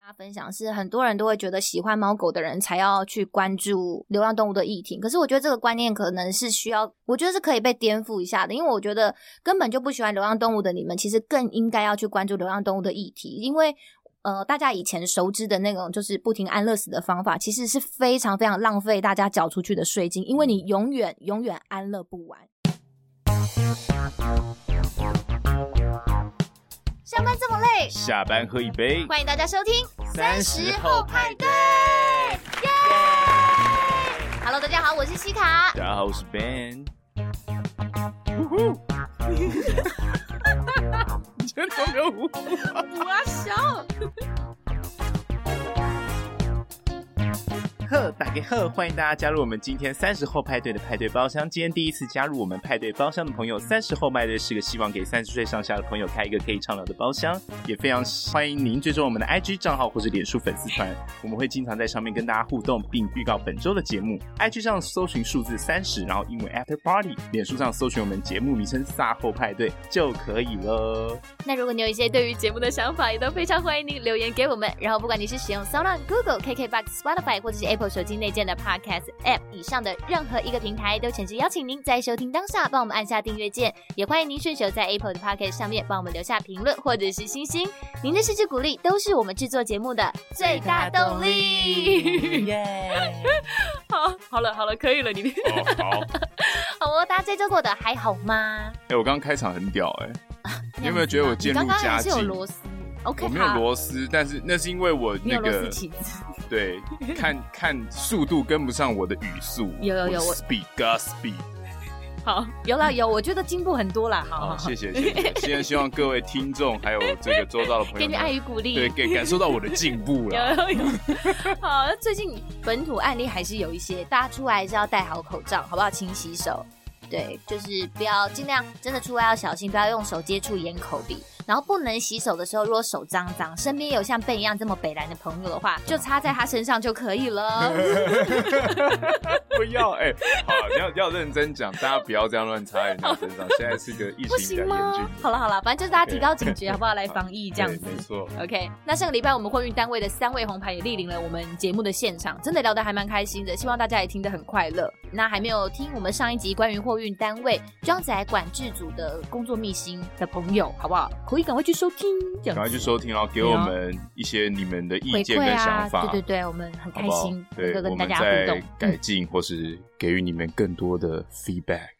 大家分享是很多人都会觉得喜欢猫狗的人才要去关注流浪动物的议题，可是我觉得这个观念可能是需要，我觉得是可以被颠覆一下的，因为我觉得根本就不喜欢流浪动物的你们，其实更应该要去关注流浪动物的议题，因为。呃，大家以前熟知的那种就是不停安乐死的方法，其实是非常非常浪费大家缴出去的税金，因为你永远永远安乐不完。上班这么累，下班喝一杯，欢迎大家收听30后派对耶 Hello，大家好，我是西卡。大家好，我是 Ben。你真的没有呼我笑。呵，打给呵，欢迎大家加入我们今天三十后派对的派对包厢。今天第一次加入我们派对包厢的朋友，三十后派对是个希望给三十岁上下的朋友开一个可以畅聊的包厢，也非常欢迎您追踪我们的 IG 账号或者脸书粉丝团，我们会经常在上面跟大家互动，并预告本周的节目。IG 上搜寻数字三十，然后英文 After Party，脸书上搜寻我们节目名称“撒后派对”就可以了。那如果你有一些对于节目的想法，也都非常欢迎你留言给我们。然后，不管你是使用 Sound、Google、KKBox、Spotify 或者是 Apple 手机内建的 Podcast App 以上的任何一个平台，都诚挚邀请您在收听当下帮我们按下订阅键。也欢迎您顺手在 Apple 的 Podcast 上面帮我们留下评论或者是星星。您的支持鼓励都是我们制作节目的最大动力。 好，好了，好了，可以了，你。哦，好，好哦，大家这周过得还好吗？ 哎、我刚刚开场很屌哎、你有没有觉得我渐入你刚刚佳还是境有螺丝？OK，我没有好螺丝，但是那是因为我你那有螺个丝起子。 对，看看速度跟不上我的语速，有有有我我 speed g speed 好，有啦有，我觉得进步很多啦。好好啊，好 谢谢谢谢，现在希望各位听众还有这个周遭的朋给友你爱们，与鼓励。对，给感受到我的进步 有了。有有。好，那最近本土案例还是有一些，大家出来还是要戴好口罩，好不好？勤洗手。对，就是不要尽量真的出来要小心，不要用手接触眼口鼻。然后不能洗手的时候，如果手脏脏，身边有像贝一样这么北蓝的朋友的话，就擦在他身上就可以 了。不要哎、好，你要要认真讲，大家不要这样乱插人家身上。现在是个疫不情行比较吗严峻，？好了好了，反正就是大家提高警觉，好不好？来防疫这样对子。没错。 OK，那上个礼拜我们婚运单位的三位红牌也莅临了我们节目的现场，真的聊得还蛮开心的，希望大家也听得很快乐。那还没有听我们上一集关于货运单位庄仔管制组的工作秘辛的朋友，好不好？可以赶快去收听，这赶样快子去收听，然后给对我啊们一些你们的回意见馈跟啊想，法，对对对，我们很好开不好心？能对，够我跟大们家互动在。改嗯进或是给予你们更多的 feedback。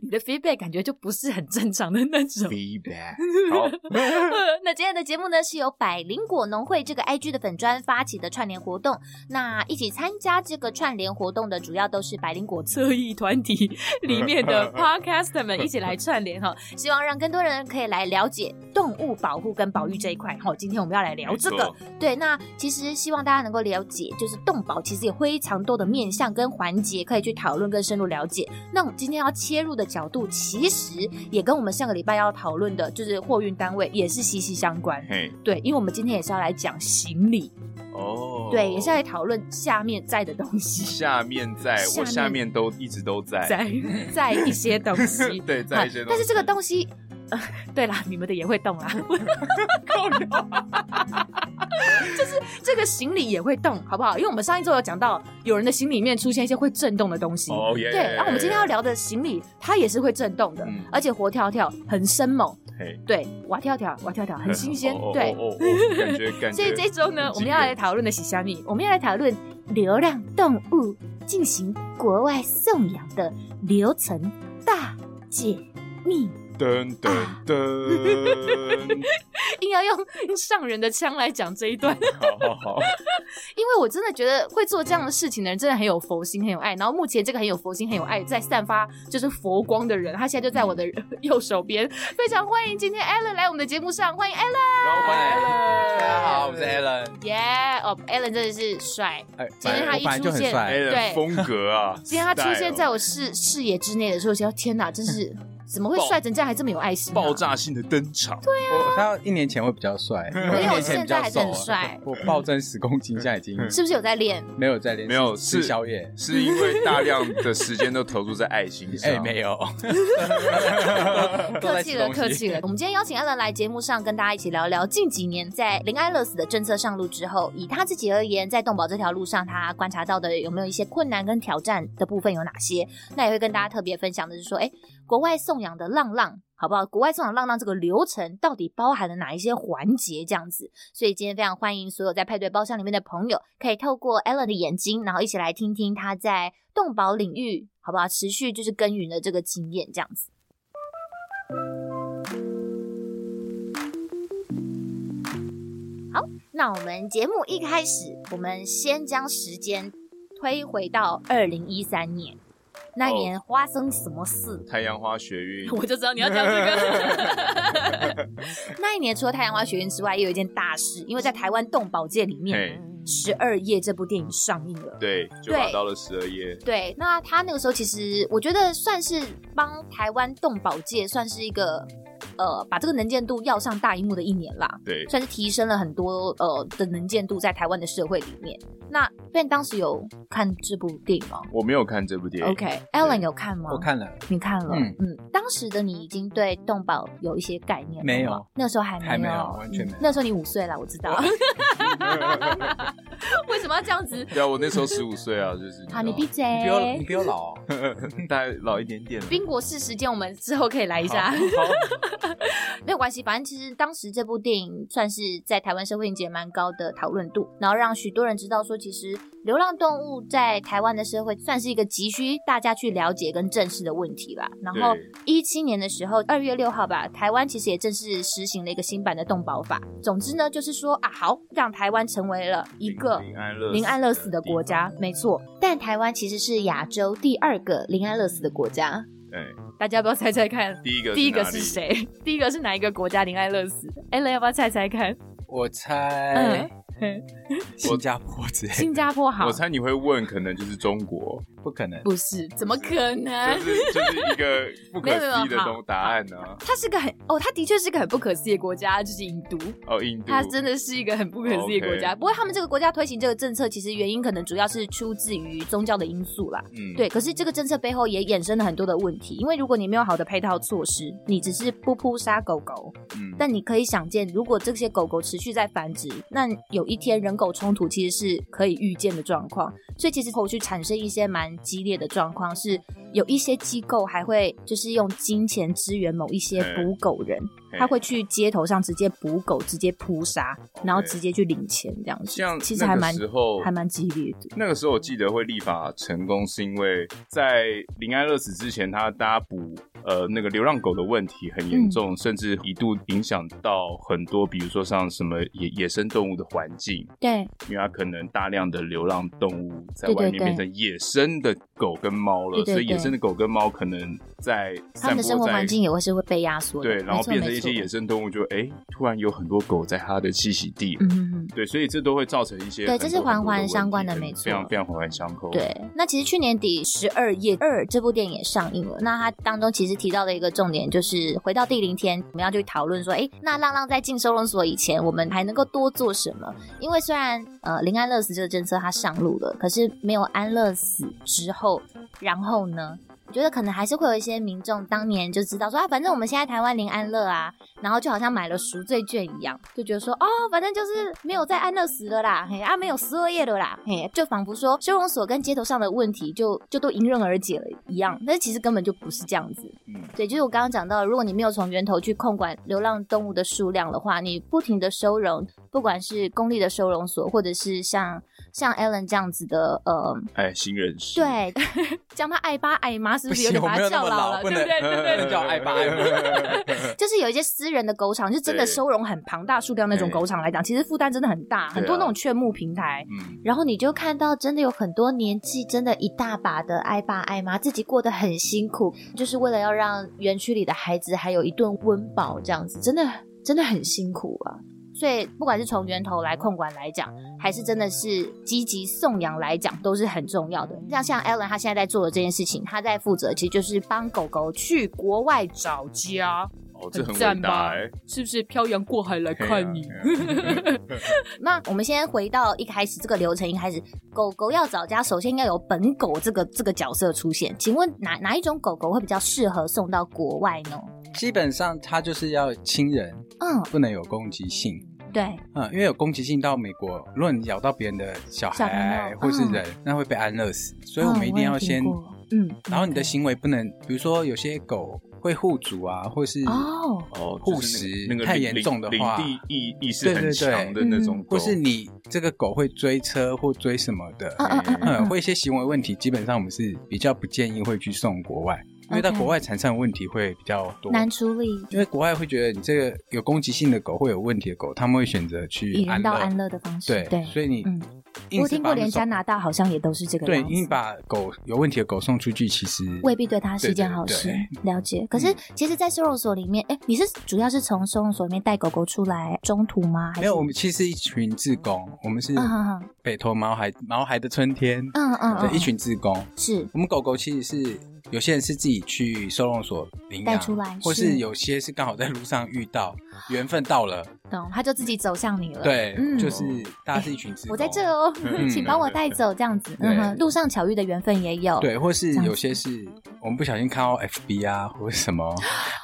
你的 feedback 感觉就不是很正常的那种。 feedback。好， 那今天的节目呢，是由百灵果农会这个 IG 的粉砖发起的串联活动。那一起参加这个串联活动的主要都是百灵果侧翼团体里面的 Podcast 们一起来串联哈，希望让更多人可以来了解动物保护跟保育这一块哈。今天我们要来聊这个，对，那其实希望大家能够了解，就是动保其实有非常多的面向跟环节可以去讨论跟深入了解。那我们今天要切入的角度，其实也跟我们上个礼拜要讨论的，就是货运单位也是息息相关没错，。嘿，对，因为我们今天也是要来讲行李，哦，对，也是要来讨论下面在的东西，下面在下面我下面都一直都在，。在在一些东西 对，在一些啊东西，嗯但是这个东西，呃， 对啦，你们的也会 动啦，啊就是这个行李也会动，好不好？因为我们上一周有讲到，有人的行李里面出现一些会震动的东西。哦耶，对，然、后我们今天要聊的行李，它也是会震动的，嗯而且活跳跳很生猛，嘿对，哇跳跳，哇跳跳，很新鲜，哦哦对。哦哦哦 感觉感觉，所以这周呢很，我惊们人要来讨论的是虾米，我们要来讨论流浪动物进行国外送养的流程大解密，噔啊噔噔，硬要用上人的腔来讲这一段，好好好， 因为我真的觉得会做这样的事情的人真的很有佛心，很有爱。然后目前这个很有佛心、很有爱，在散发就是佛光的人，他现在就在我的右手边。非常欢迎今天 Allen 来我们的节目上，欢迎 Allen。然后欢迎 Alan 大家好，我是 Alan。耶、哦，Allen 真的是帅。哎，今天他一我本来就出很现 帅，对 Alan 风格啊，今天他出现 style 在我视视野之内的时候，我想到天哪，真是怎么会帅成这样，还这么有爱心、啊？爆！炸性的登场，对，我他一年前会比较帅，没 一有，年前现比在较还是瘦很啊。帅，嗯我暴增十公斤，现在已经是不是有在练？没有在练，没有是吃宵夜。是因为大量的时间都投入在爱心 上。哎，没有，都客在气吃了，东西客气了。我们今天邀请艾伦来节目上跟大家一起聊聊近几年在林艾乐死的政策上路之后，以他自己而言，在动保这条路上，他观察到的有没有一些困难跟挑战的部分有哪些？那也会跟大家特别分享的是说，哎，国外送养的浪浪。好不好？国外送养浪浪这个流程到底包含了哪一些环节？这样子，所以今天非常欢迎所有在派对包厢里面的朋友，可以透过 Ellen 的眼睛，然后一起来听听他在动保领域，好不好？持续就是耕耘的这个经验，这样子。那我们节目一开始，我们先将时间推回到二零一三年，那年发生什么事？太阳花学运， 我就知道你要讲这个。 那一年除了太阳花学院之外，也有一件大事，因为在台湾动保界里面，嘿， 《十二夜》这部电影上映了。对，就拿到了十二页。对，那他那个时候其实我觉得算是帮台湾动保界算是一个呃，把这个能见度要上大荧幕的一年啦。对，算是提升了很多呃的能见度在台湾的社会里面。那 Ben 当时有看这部电影吗我没有看这部电影。 ？OK，Alan 有看吗？我，看了，你看了，嗯嗯当时的你已经对动保有一些概念了吗没有，那时候还没有，还没有完全没有嗯那时候你五岁了，我知道。 为什么要这样 子？对啊，我那时候十五岁啊，就是好，你闭嘴。你比我你比我老哦， 大概老一点点了。冰果室时间，我们之后可以来一 下。没有关系，反正其实当时这部电影算是在台湾社会引起蛮高的讨论度，然后让许多人知道说，其实流浪动物在台湾的社会算是一个急需大家去了解跟正视的问题啦。然后对一七年的时候，二月六号吧，台湾其实也正式实行了一个新版的动保法。总之呢，就是说啊，好，让台湾成为了一个林安乐林安乐死的国地家，没错。但台湾其实是亚洲第二个林安乐死的国家，方。哎，大家要不要猜猜看？ 第一个第一个哪里是？谁？第一个是哪一个国家林安乐死？Allen 要不要猜猜看？我哎猜嗯新加坡之类，新加坡好我，猜你会问，可能就是中国，不可能。不是？怎么可 就能？是就是一个不可思议没有没的有东答案呢、啊。它是个很哦，它的确是个很不可思议的国家，就是印度，哦，印度，它真的是一个很不可思议的国家。 OK 不过他们这个国家推行这个政策，其实原因可能主要是出自于宗教的因素啦。嗯，对，可是这个政策背后也衍生了很多的问题，因为如果你没有好的配套措施，你只是不扑杀狗狗，嗯，但你可以想见，如果这些狗狗持续在繁殖，那有一天人狗冲突其实是可以预见的状况。所以其实后续产生一些蛮激烈的状况，是有一些机构还会就是用金钱支援某一些嗯捕狗人，嘿他会去街头上直接捕狗，直接扑杀，哦然后直接去领钱这样子。像其实还那个蛮时候还蛮激烈的。那个时候我记得会立法成功，是因为在林安乐死之前，他大家补呃那个流浪狗的问题很严嗯重，甚至一度影响到很多，比如说像什么野野生动物的环境，对因为它可能大量的流浪动物在对对外面对变成野生的狗跟猫了，对对所以野对生的狗跟猫可能在他们散的生活播在环境也会是会被压缩的，对，然后没错变成没一些错野生动物就哎、突然有很多狗在它的栖息地。嗯嗯嗯。对，所以这都会造成一些对很这多是环很多环相关的问题没错非常非常环环相扣。对，那其实去年底《十二夜二》这部电影也上映了。那它当中其实提到的一个重点就是，回到第零天，我们要去讨论说，哎，那浪浪在进收容所以前，我们还能够多做什么？因为虽然呃零安乐死这个政策它上路了，可是没有安乐死之后，然后呢？我觉得可能还是会有一些民众当年就知道说啊，反正我们现在台湾零安乐啊，然后就好像买了赎罪券一样，就觉得说哦，反正就是没有在安乐死了啦，嘿啊，没有十二夜了啦，嘿，就仿佛说收容所跟街头上的问题就就都迎刃而解了一样，但是其实根本就不是这样子。嗯，对，就是我刚刚讲到，如果你没有从源头去控管流浪动物的数量的话，你不停的收容，不管是公立的收容所，或者是像像 Alan 这样子的，呃，哎，新人士，对， 讲他爱爸爱妈是不是有点行把我他没有那叫么老了，不对能呃对对对 不能叫我爱爸爱妈。就是有一些私人的狗场，就真的对收容很庞大数量那种哎狗场来讲，其实负担真的很大，很多对啊那种劝募平台。嗯，然后你就看到，真的有很多年纪真的一大把的爱爸爱妈，自己过得很辛苦，就是为了要让园区里的孩子还有一顿温饱，这样子真的真的很辛苦啊。所以不管是从源头来控管来讲，还是真的是积极颂扬来讲，都是很重要的。像像 Alan 他现在在做的这件事情，他在负责其实就是帮狗狗去国外找家，哦，这很赞伟吧大哎、是不是漂洋过海来嘿啊嘿 啊那我们先回到一开始这个流程，一开始狗狗要找家，首先应该有本狗这个这个角色出现。请问哪哪一种狗狗会比较适合送到国外呢？基本上它就是要亲人，嗯，不能有攻击性。对，嗯，因为有攻击性到美国，如果你咬到别人的小小孩朋友或是嗯人，那会被安乐死。所以我们一定要先嗯，我有听过嗯，然后你的嗯行为不能，比如说有些狗会护主啊，或是哦，哦，护就是食那个那个太领严重的领话领地意意识对很对对强的那种嗯狗，或是你这个狗会追车或追什么的，嗯啊嗯嗯嗯嗯，会一些行为问题，基本上我们是比较不建议会去送国外，因为到 OK 国外产生的问题会比较多。难处理，因为国外会觉得你这个有攻击性的狗会有问题的狗，他们会选择去以人安到乐。安乐的方式，对，对，所以你嗯硬我是听把过，它们连送加拿大好像也都是这个对，样子因为把狗有问题的狗送出去，其实未必对它是一件好事对对。嗯了解。可是其实，在收容所里面，哎，你是主要是从收容所里面带狗狗出来中途吗？还是没有。我们其实一群志工，我们是嗯嗯北投毛孩毛孩的春天，嗯嗯，嗯对，一群志工。是我们狗狗其实是有些人是自己去收容所领带养出来或是是有些是刚好在路上遇到，缘分到了，懂，它就自己走向你了。对，嗯就是大家是一群志工。我在这哦， 嗯请帮我带走，这样子。对嗯哼，路上巧遇的缘分也有。对，或是这样有些是我们不小心看到 FB 啊，或者 什么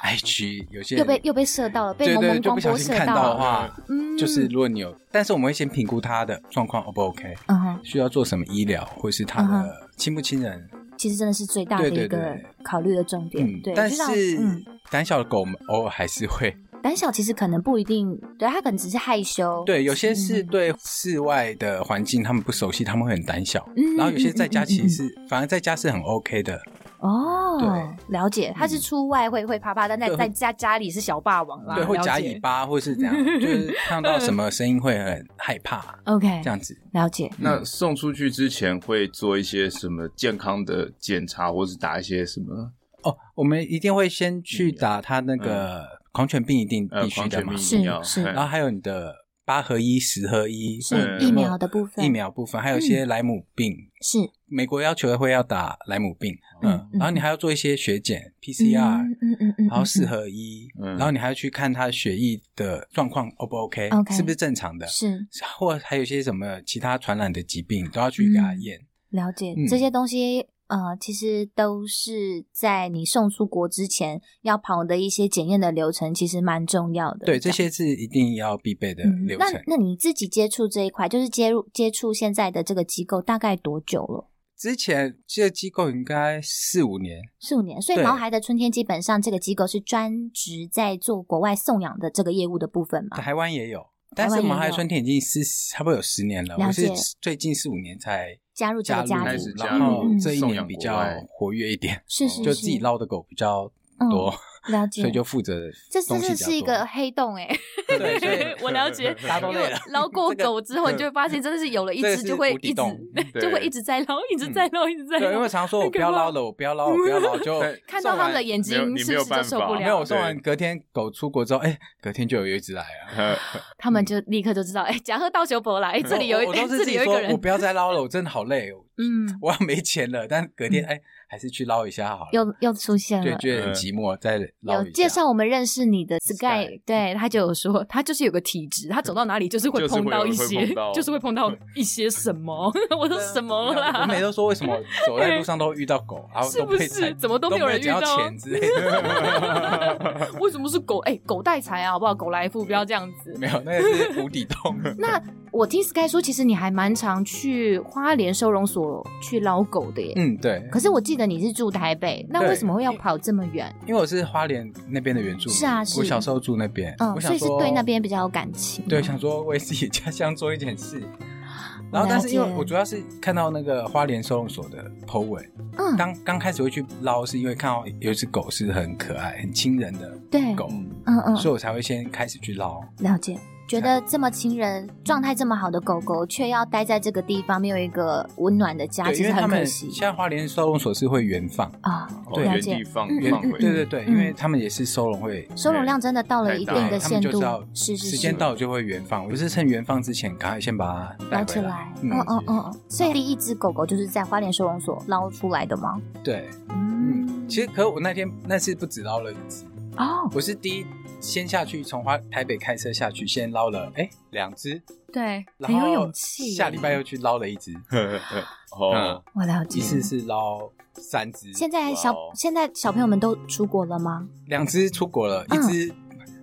IG，有些又人被又被射到了，被对蒙对，蒙就光不波小心射看到到的了。话，嗯就是如果你有，但是我们会先评估他的状况 O 不 OK，嗯哼，需要做什么医疗，或是他嗯的亲不亲人。其实真的是最大的对对一个对考虑的重点。对，但就像是嗯，胆小的狗我们偶尔还是会，胆小其实可能不一定，对它可能只是害羞。对，有些是嗯对室外的环境他们不熟悉，他们会很胆小。嗯然后有些在家其实嗯嗯嗯嗯是，反而在家是很 OK 的，哦，对了解，他是出外会会怕怕，但在对在家家里是小霸王啦，对，会了夹解尾巴或是怎样， 就是看到什么声音会很害怕，OK，这样子。了解。那送出去之前会做一些什么健康的检查，或是打一些什么？哦，我们一定会先嗯去打他那个狂犬病，一定呃，必须狂的犬嘛啊病。是疫苗是嘿啊然后还有你的八合一、十合一，是嗯嗯疫苗的部分，疫苗部分，还有一些莱姆病。是美国要求会要打莱姆病，嗯嗯，然后你还要做一些血检 PCR，嗯嗯嗯嗯，然后四嗯合一，嗯然后你还要去看他血液的状况 O 不 OK， OK 是不是正常的，是或还有一些什么其他传染的疾病都要去给他嗯验。了解嗯这些东西，呃，其实都是在你送出国之前要跑的一些检验的流程，其实蛮重要的。对，这些是一定要必备的这样。嗯流那程。那你自己接触这一块，就是接入接触现在的这个机构，大概多久了？之前这个机构应该四五年，四五年。所以对毛孩的春天，基本上这个机构是专职在做国外送养的这个业务的部分嘛？台湾也有，啊台湾但是也毛孩有春天已经是差不多有十年了。了我解是最近四五年才加入这加个入家开庭始，加然入后这一送年养比国较外活跃一点，是是是，哦 就自己捞的狗比较多，嗯了解，所以就负责这东真西的比较是一多个黑洞哎、啊对，所以 我了解，大家都因累为了。捞过 这个嗯狗之后，你就会发现真的是有了一这个只是就会无一底直洞嗯对就会一直在捞，一直在捞，一直在对，因捞为。常说很我不可要怕捞了，我不要捞，我不要捞，就嗯 看到送他们的完哦眼没有睛，你是没不有是就受不办法了？没有，我送对完隔天狗出国之后，哎，隔天就有一只来啊了。啊他们就立刻就知道，哎，假喝到酒博来，哎这里有嗯我我一，都是 这自里己有一说个，我人，不要再捞了，我真的好累， 哦， 嗯，我要没钱了。但隔天哎，还是去捞一下好了。又又出现对，了。觉得很寂寞，再捞有一下。介绍我们认识你的 Sky Sky，对他就有说，他就是有个体质，他走到哪里就是会就是碰会到有一会些碰，到就是会碰到一些什么。 我说什么啊我每啦？次都说为什么走在路上都遇到狗， 然后是都不被踩是？怎么都都没有人遇捡到？钱之类的？ 为什么是狗？哎、狗带财啊，好不好？狗来富，不要这样子。没有，那个是无 底洞。那我听 Sky 说，其实你还蛮常去花莲收容所去捞狗的耶。嗯，对，可是我记得你是住台北，那对为什么会要跑这么远？因为我是花莲那边的原住民，是啊是我小时候住那边，嗯，所我想以是说对那边比较有感情。对，想说为自己家乡做一 点事。然后，但是因为我主要是看到那个花莲收容所的 po 文，嗯，刚刚开始会去捞，是因为看到有一只狗是很可爱、很亲人的对，狗，嗯嗯，所以我才会先开始去捞。了解。觉得这么亲人、状态这么好的狗狗，却要待在这个地方，没有一个温暖的家，对，其因实为他很可们惜现在花莲收容所是会原放，啊。哦对了原解地放嗯放嗯回对对对，嗯因为他们也是收容会，收容量真的到了一太大定的了他限们就度知道，是是时间是，到了就会原放。我就是趁原放之前，赶快先把它带捞回起来。来。嗯嗯嗯嗯嗯。所以第一只狗狗就是在花莲收容所捞出来的吗？对，嗯嗯，其实可我那天那次不止捞了一只，哦，我是第一先下去从花台北开车下去，先捞了哎两只，对，然很有后勇气。下礼拜又去捞了一只，嗯哦，我了一解。次是捞三只，现在小哇哦现在小朋友们都出国了吗？两只出国了，一嗯只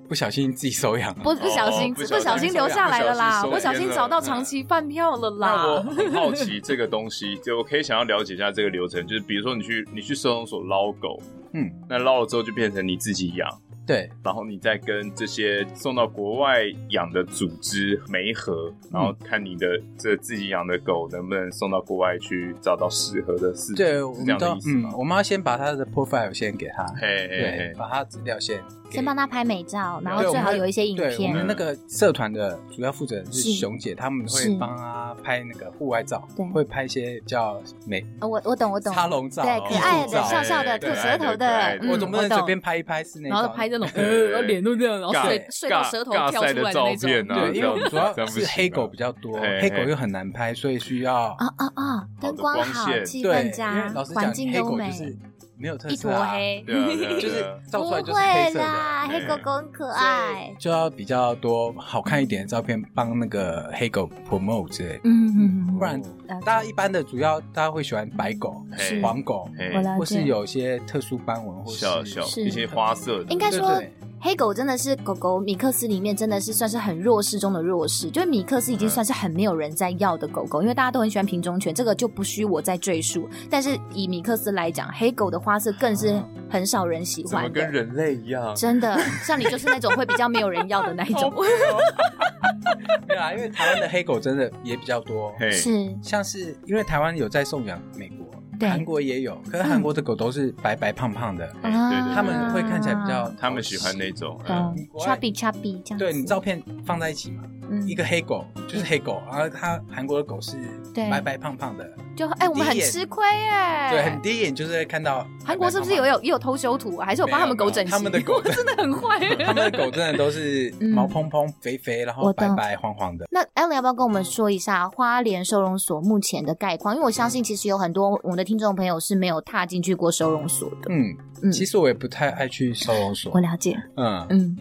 不小心自己收养了。不不小心哦不小心不小心留下来了啦，不不小小心心找到长期饭票了那我啦。很好 奇这个东西，就我可以想要了解一下这个流程，就是比如说你去你去收容所捞狗，嗯，那捞了之后就变成你自己养，对，然后你再跟这些送到国外养的组织媒合，然嗯后看你的这自己养的狗能不能送到国外去找到适合的饲主，对，我是这样们的都意思嗯吗，？我们要先把他的 profile 先给他，嘿对嘿，嘿，把他资料先给先帮他拍美照，然后对我最们好有一些影对，我片。们那个社团的主要负责人是是熊姐，他们是会帮他拍那个户外照对，会拍一些比较美呃我我懂我懂，沙龙照，对，艺哎可爱术的、照笑笑的、哎吐舌头可爱的的，嗯我总不能懂随便拍一拍室内照，然后拍这种， 对呃，然后脸都这样，然后尬睡睡到尬舌头尬跳赛出来照那种。片啊，对，因为我们主要这样不是行黑狗啊比较多，嘿黑狗又很难拍，所以需要啊啊啊，灯光好好的光，线气对，氛因为佳老实，环讲，境黑优狗就美，是没有特一色坨啊，黑。对啊，对啊就是对啊照出来不就是黑会色的啦，啊，黑狗狗很可爱。就要比较多好看一点的照片帮那个黑狗 promote 之类的。嗯嗯嗯，不然了解大家一般的主要大家会喜欢白狗是、黄狗，嘿我了或解是。有一些特殊斑纹，或小是小是一些花色的，应该对说对黑狗真的是狗狗米克斯里面真的是算是很弱势中的弱势，就是米克斯已经算是很没有人在要的狗狗，因为大家都很喜欢品种犬，这个就不需我再赘述。但是以米克斯来讲， 黑狗的花色更 是很少人喜怎么欢跟的。人类一样？真的，像你就是那种会比较没有人要的那一 种，哦没有啊，因为台湾的黑狗真的也比较多，嘿， 是像是因为台湾有在送养美国，对嗯韩国也有，可是韩国的狗都是白白胖胖的，哎对对对他们会看起来比较，他们喜欢那。种，嗯啊懂嗯国外，chubby chubby 这样子。对你照片放在一起嘛，嗯一个黑狗就是黑狗，然后它韩国的狗是对白白胖胖的，就哎，我们很吃亏哎。对，很第一眼就是会看到韩国是不是有有也有偷修图啊？还是有没有帮他们狗整形？没有他们的狗真的很坏。 他们的狗真的都是 嗯毛蓬蓬、肥肥，然后我懂白白黄黄的。那 Ellen 要不要跟我们说一下花莲收容所目前的概况？因为我相信其实有很多我们的听众朋友是没有踏进去过收容所的。嗯，嗯其实我也不太爱去收容我所。了解，嗯，嗯，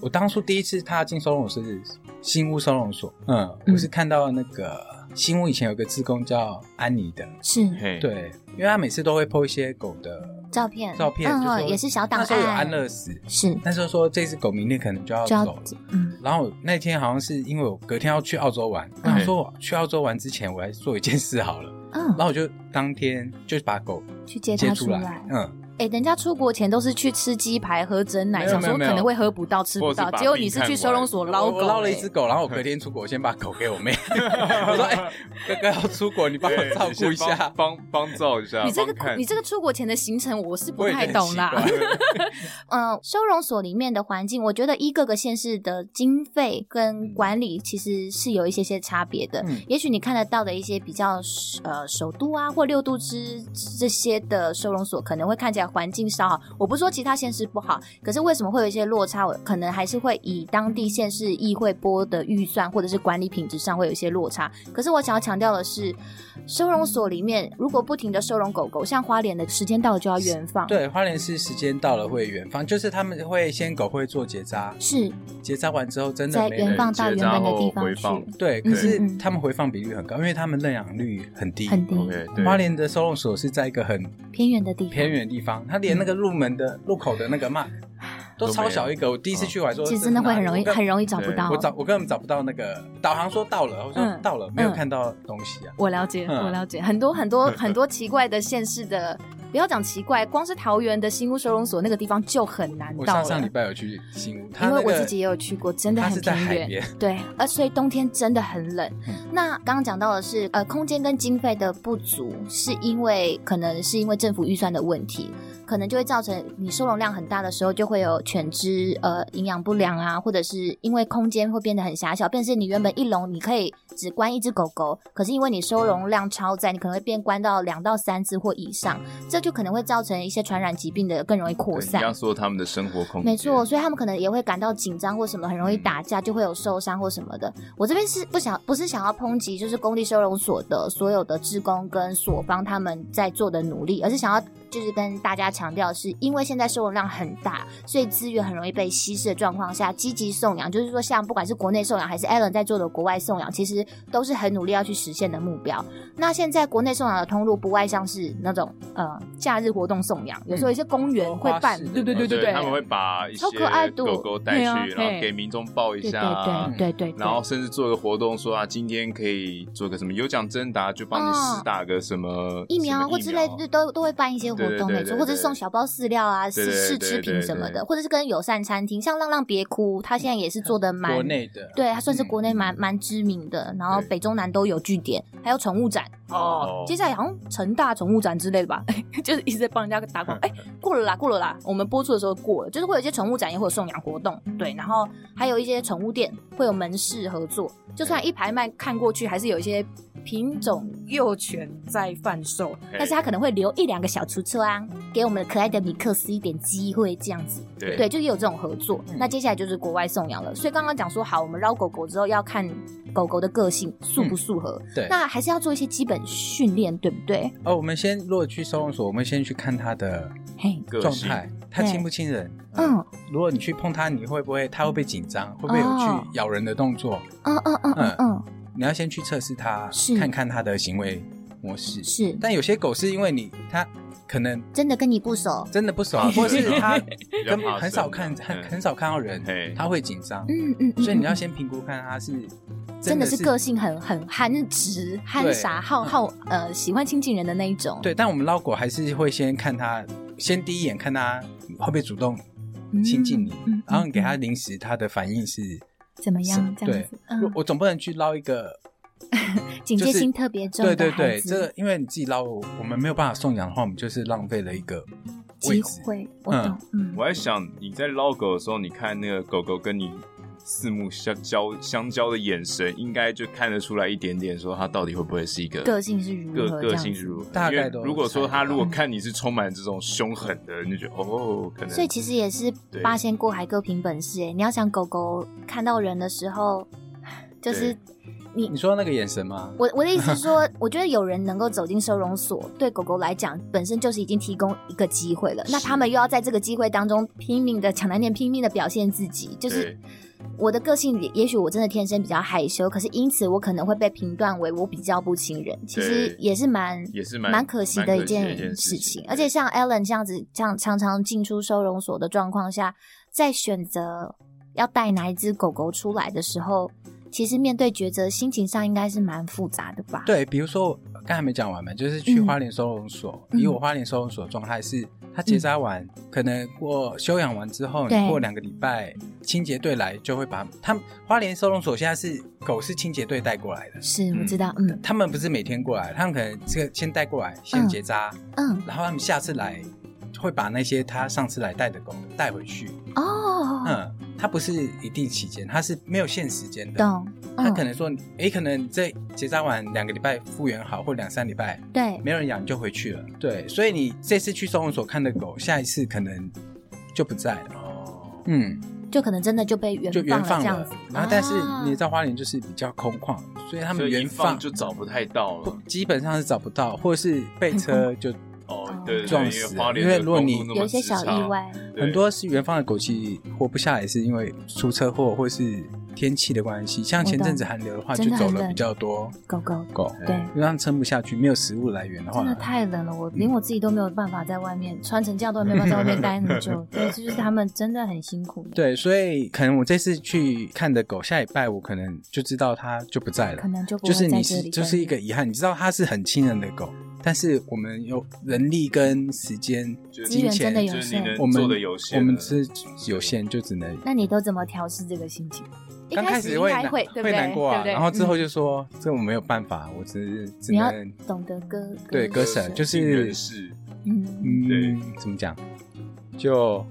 我当初第一次踏进收容所是新屋收容所。嗯，嗯我是看到那个新屋以前有个志工叫安妮的，是嘿，对，因为他每次都会 po 一些狗的照片，照片，嗯就说嗯，也是小档那时候有安案，乐死，是那时候说这只狗明天可能就要就要走了。嗯，然后那天好像是因为我隔天要去澳洲玩，我想说我去澳洲玩之前我来做一件事好了，然嗯，后我就当天就把狗去接接他出出来来，。嗯，哎，人家出国前都是去吃鸡排、喝真奶，没有想没说有没有可能会喝不到、吃不或到是，把结果你是去收容所捞我狗，我捞了一只哎。狗，然后我隔天出国，我先把狗给我妹， 我说：“哎、哥哥要出国，你帮我对照顾一你先下。帮帮帮照一下，你这帮个看你这个出国前的行程我是”不我也觉太得很懂啦。 奇怪嗯，收容所里面的环境，我觉得依各个县市的经费跟管理其实是有一些些差别的。嗯也许你看得到的一些比较呃首都啊或六都之这些的收容所，可能会看起来环境稍好。我不是说其他县市不好，可是为什么会有一些落差？我可能还是会以当地县市议会拨的预算或者是管理品质上会有一些落差。可是我想要强调的是，收容所里面如果不停的收容狗狗，像花莲的时间到了就要原放，，对，花莲是时间到了会远放，就是他们会先狗会做结扎，是结扎完之后真的在没原人放到原本的地方结扎后回去，对，可是嗯嗯他们回放比率很高，因为他们认养率很低。很低， OK，对哦花莲的收容所是在一个很偏远的地方，偏远的地方，它连那个入门的入口的那个 map 都超小一个。我第一哦次去玩说，其实真的会很容易这是哪里很容易找不对到我根。我找我根本找不到那个导航说到了，我说哦嗯到了，没有看到东西啊。我了解，嗯 我了解，很多很多很多奇怪的县市的不要讲奇怪，光是桃园的新屋收容所那个地方就很难我到上了。上礼拜有去新屋，它因为那我个自己也有去过，真的它很是在海偏远。 边， 对，呃，所以冬天真的很冷。嗯那刚刚讲到的是，呃，空间跟经费的不足，是因为可能是因为政府预算的问题，可能就会造成你收容量很大的时候，就会有犬只呃营养不良啊，或者是因为空间会变得很狭小，变成是你原本一笼你可以只关一只狗狗，可是因为你收容量超载，你可能会变关到两到三只或以上，这就可能会造成一些传染疾病的更容易扩对你散刚。刚说他们的生活空间，嗯没错，，所以他们可能也会感到紧张或什么，很容易打架，就会有受伤或什么的。我这边是不想不是想要抨击，就是工地收容所的所有的职工跟所方他们在做的努力，而是想要就是跟大家强调，是因为现在收容量很大，所以资源很容易被稀释的状况下，积极送养，就是说像不管是国内送养还是 Allen 在做的国外送养，其实都是很努力要去实现的目标。那现在国内送养的通路不外像是那种呃假日活动送养，有时嗯候一些公园会办，花市对对对对对对，他们会把一些超可爱的狗狗带去，对啊然后嘿给民众抱一对下对啊，对对对对，然后甚至做个活动，说啊，今天可以做个什么有奖征答，就帮你哦试打个什么疫苗啊什么或之类的都都会办一些活对对动，对没错，对或者是对送小包饲料啊、对试对试对吃对品什么对的，或者是跟友善餐厅，像浪浪别哭，他现在也是做的蛮国，内的对，他算是嗯国内蛮蛮知名的，然后对北中南都有据点，还有宠物展哦接下来好像成大宠物展之类的吧， 就是一直在帮人家打广告，哎、过了啦，过了啦，我们播出的时候过了，就是会有一些宠物展，也会有送养活动，对，然后还有一些宠物店会有门市合作，就算一排卖看过去，还是有一些品种幼犬在贩售，但是它可能会留一两个小橱窗，给我们可爱的米克斯一点机会，这样子。对对，就也有这种合作。嗯那接下来就是国外送养了，所以刚刚讲说，好，我们捞狗狗之后要看狗狗的个性适不适合，嗯对那还是要做一些基本训练，对不对？哦，我们先如果去收容所，我们先去看它的嘿，个状性态，它亲不亲人。嗯，如果你去碰它，你会不会它会不会紧张？会不会有哦去咬人的动作？嗯嗯嗯嗯嗯，你要先去测试它是，看看它的行为模式。是，但有些狗是因为你它可能真的跟你不熟，真的不熟啊 怕，或者生是它比较根怕本很少生看的很嗯很少看到人嘿，它会紧张。嗯嗯嗯，所以你要先评估看它是真的是是个性很很憨直、憨对嗯傻、好好呃喜欢亲近人的那一种，对，但我们捞狗还是会先看它，先第一眼看它会不会主动嗯，亲近你，嗯然后你给它嗯零食，它的反应是怎么样什这样子，我嗯，我总不能去捞一个，警就戒是心特别重对的对孩对，子这个因为你自己捞，我们没有办法送养的话，我们就是浪费了一个位机置。会，我嗯懂，嗯，我在想，你在捞狗的时候，你看那个狗狗跟你四目相交相交的眼神，应该就看得出来一点点，说它到底会不会是一个个性是如个何这个样性子是如何。大概因为都如果说它猜得到如果看你是充满这种凶狠的，你就觉得哦，可能所以其实也是对八仙过海各凭本事哎。你要想狗狗看到人的时候，就是你说那个眼神吗？我我的意思是说，我觉得有人能够走进收容所，对狗狗来讲本身就是已经提供一个机会了。那他们又要在这个机会当中拼命的抢难点，拼命的表现自己，就是对我的个性也，也许我真的天生比较害羞，可是因此我可能会被评断为我比较不亲人，其实对也是蛮也是蛮蛮可惜的一蛮可惜的一件件事事情情。而且像 Alan 这样子，这样常常进出收容所的状况下，在选择要带哪一只狗狗出来的时候，其实面对抉择，心情上应该是蛮复杂的吧？，对，比如说我刚才没讲完嘛，就是去嗯花莲收容所，嗯以我花莲收容所的状态是，它结扎完，可能过休养完之后，对你过两个礼拜，清洁队来就会把他们花莲收容所现在是狗是清洁队带过来的，是我嗯知道，嗯他们不是每天过来，他们可能这个先带过来，嗯先结扎，嗯，然后他们下次来会把那些他上次来带的狗带回去，哦，嗯，它不是一定期间，它是没有限时间的。懂，他可嗯，能说，诶，可能这结扎完两个礼拜复原好，或两三礼拜，对，没有人养你就回去了。对，所以你这次去收容所看的狗，下一次可能就不在了。哦，嗯，就可能真的就被原就原放放了这样了子。。啊然后，但是你知道，道花莲就是比较空旷，所以他所们以一原放就找不太到不了。基本上是找不到，或者是被 车就哦，对，对撞对因为死花了莲因为的如果公你路那么有一些直小意长，外，对很多是原放的狗，其实活不下来，是因为出车祸或是天气的关系。像前阵子寒流的话，真就的走很了冷比较多狗狗，狗，对。因为它们撑不下去，没有食物来源的话真，的太冷了，嗯我连我自己都没有办法在外面穿成这样，都没有办法在外面待那么 久。对，就是他们真的很辛苦。，对，所以可能我这次去看的狗，下礼拜我可能就知道它就不在了可。能就不就会是啊在你这是里。就是一个遗憾，你知道它是很亲人的狗，但是我们有人力跟时间、就是资金源真的钱有，就是你我能们做的有限我了，们是有限，就只能那你都怎么调试这个心情？一刚开开始始应会该难会，对不对？难过对啊，不对然后之后就说这我没有办法，我只是只你要能嗯懂得割对割舍，就是尽人是事，嗯，嗯，怎么讲，就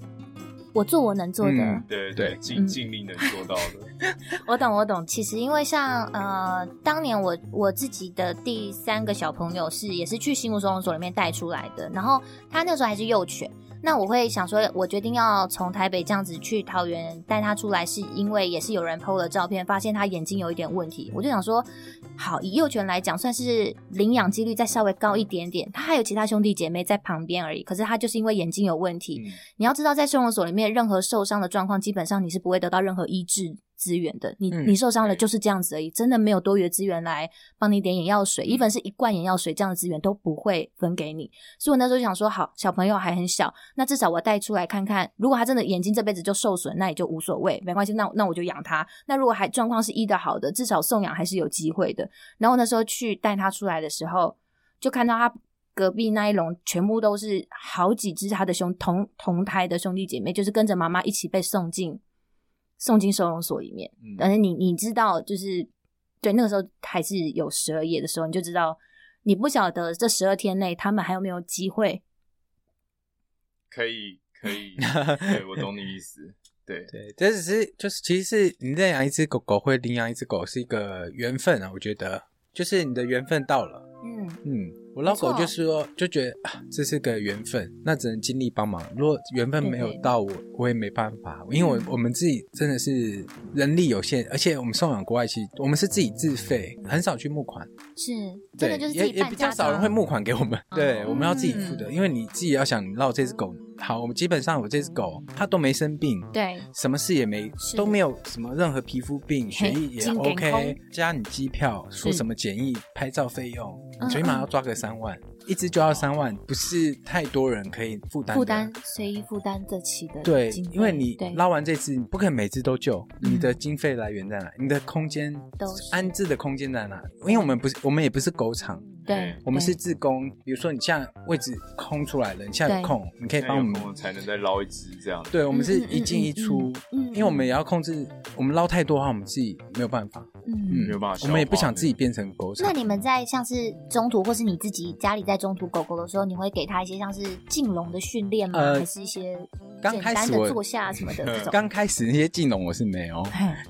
我做我能做的。嗯对对尽嗯尽力能做到 的，我懂，我懂。其实因为像呃，当年我我自己的第三个小朋友是也是去新竹收容所里面带出来的，然后他那时候还是幼犬。那我会想说，我决定要从台北这样子去桃园带他出来，是因为也是有人 PO 了照片，发现他眼睛有一点问题，我就想说，好，以幼犬来讲，算是领养几率再稍微高一点点。他还有其他兄弟姐妹在旁边而已，可是他就是因为眼睛有问题，嗯你要知道，在收容所里面，任何受伤的状况，基本上你是不会得到任何医治资源的。你、嗯你受伤了就是这样子而已，真的没有多余的资源来帮你点眼药水，一份是一罐眼药水这样的资源都不会分给你。所以我那时候就想说，好，小朋友还很小，那至少我带出来看看。如果他真的眼睛这辈子就受损，那也就无所谓，没关系。那那我就养他。那如果还状况是医的好的，至少送养还是有机会的。然后那时候去带他出来的时候，就看到他隔壁那一笼全部都是好几只他的兄同同胎的兄弟姐妹，就是跟着妈妈一起被送进送进收容所里面。嗯但是你你知道，就是对那个时候还是有十二夜的时候，你就知道你不晓得这十二天内他们还有没有机会。可以可以， 对我懂你意思，对，对，这只是就是其实是你认养一只狗狗会领养一只狗是一个缘分啊，我觉得就是你的缘分到了。嗯，嗯，我老狗就是说，就觉得啊，这是个缘分，那只能尽力帮忙。如果缘分没有到我，我也没办法，因嗯为我我们自己真的是人力有限，而且我们送养国外其实我们是自己自费，很少去募款，是，真的对就，是自也己也办比家较少人长哦会募款给我们，对，我们要自己付的，嗯因为你自己要想你绕这只狗，好，我们基本上我这只狗它都没生病，对，什么事也没是，都没有什么任何皮肤病，血液也进健 OK，康加你机票，说什么检疫、拍照费用嗯，最起码要抓个三万，一只就要三万，不是太多人可以负担的负担。随意负担得起的对经，费因为你对捞完这只，你不可能每只都救，嗯你的经费来源在哪？你的空间都是安置的空间在哪？因为我们不是，我们也不是狗场，哎对，我们对是自工。比如说你现在位置空出来了，你现在有对空，你可以那帮我有们。空才能再捞一只这样，对，我们是嗯嗯一进一出，嗯嗯嗯因为我们也要控制，我们捞太多的话，我们自己没有办法，嗯嗯，没有啊办法消化我们也不想自己变成狗那场。你们在像是中途，或是你自己家里在中途狗狗的时候，你会给它一些像是进笼的训练吗？呃还是一些刚简开单始的我坐下什么 的这种？刚开始那些技能我是没有，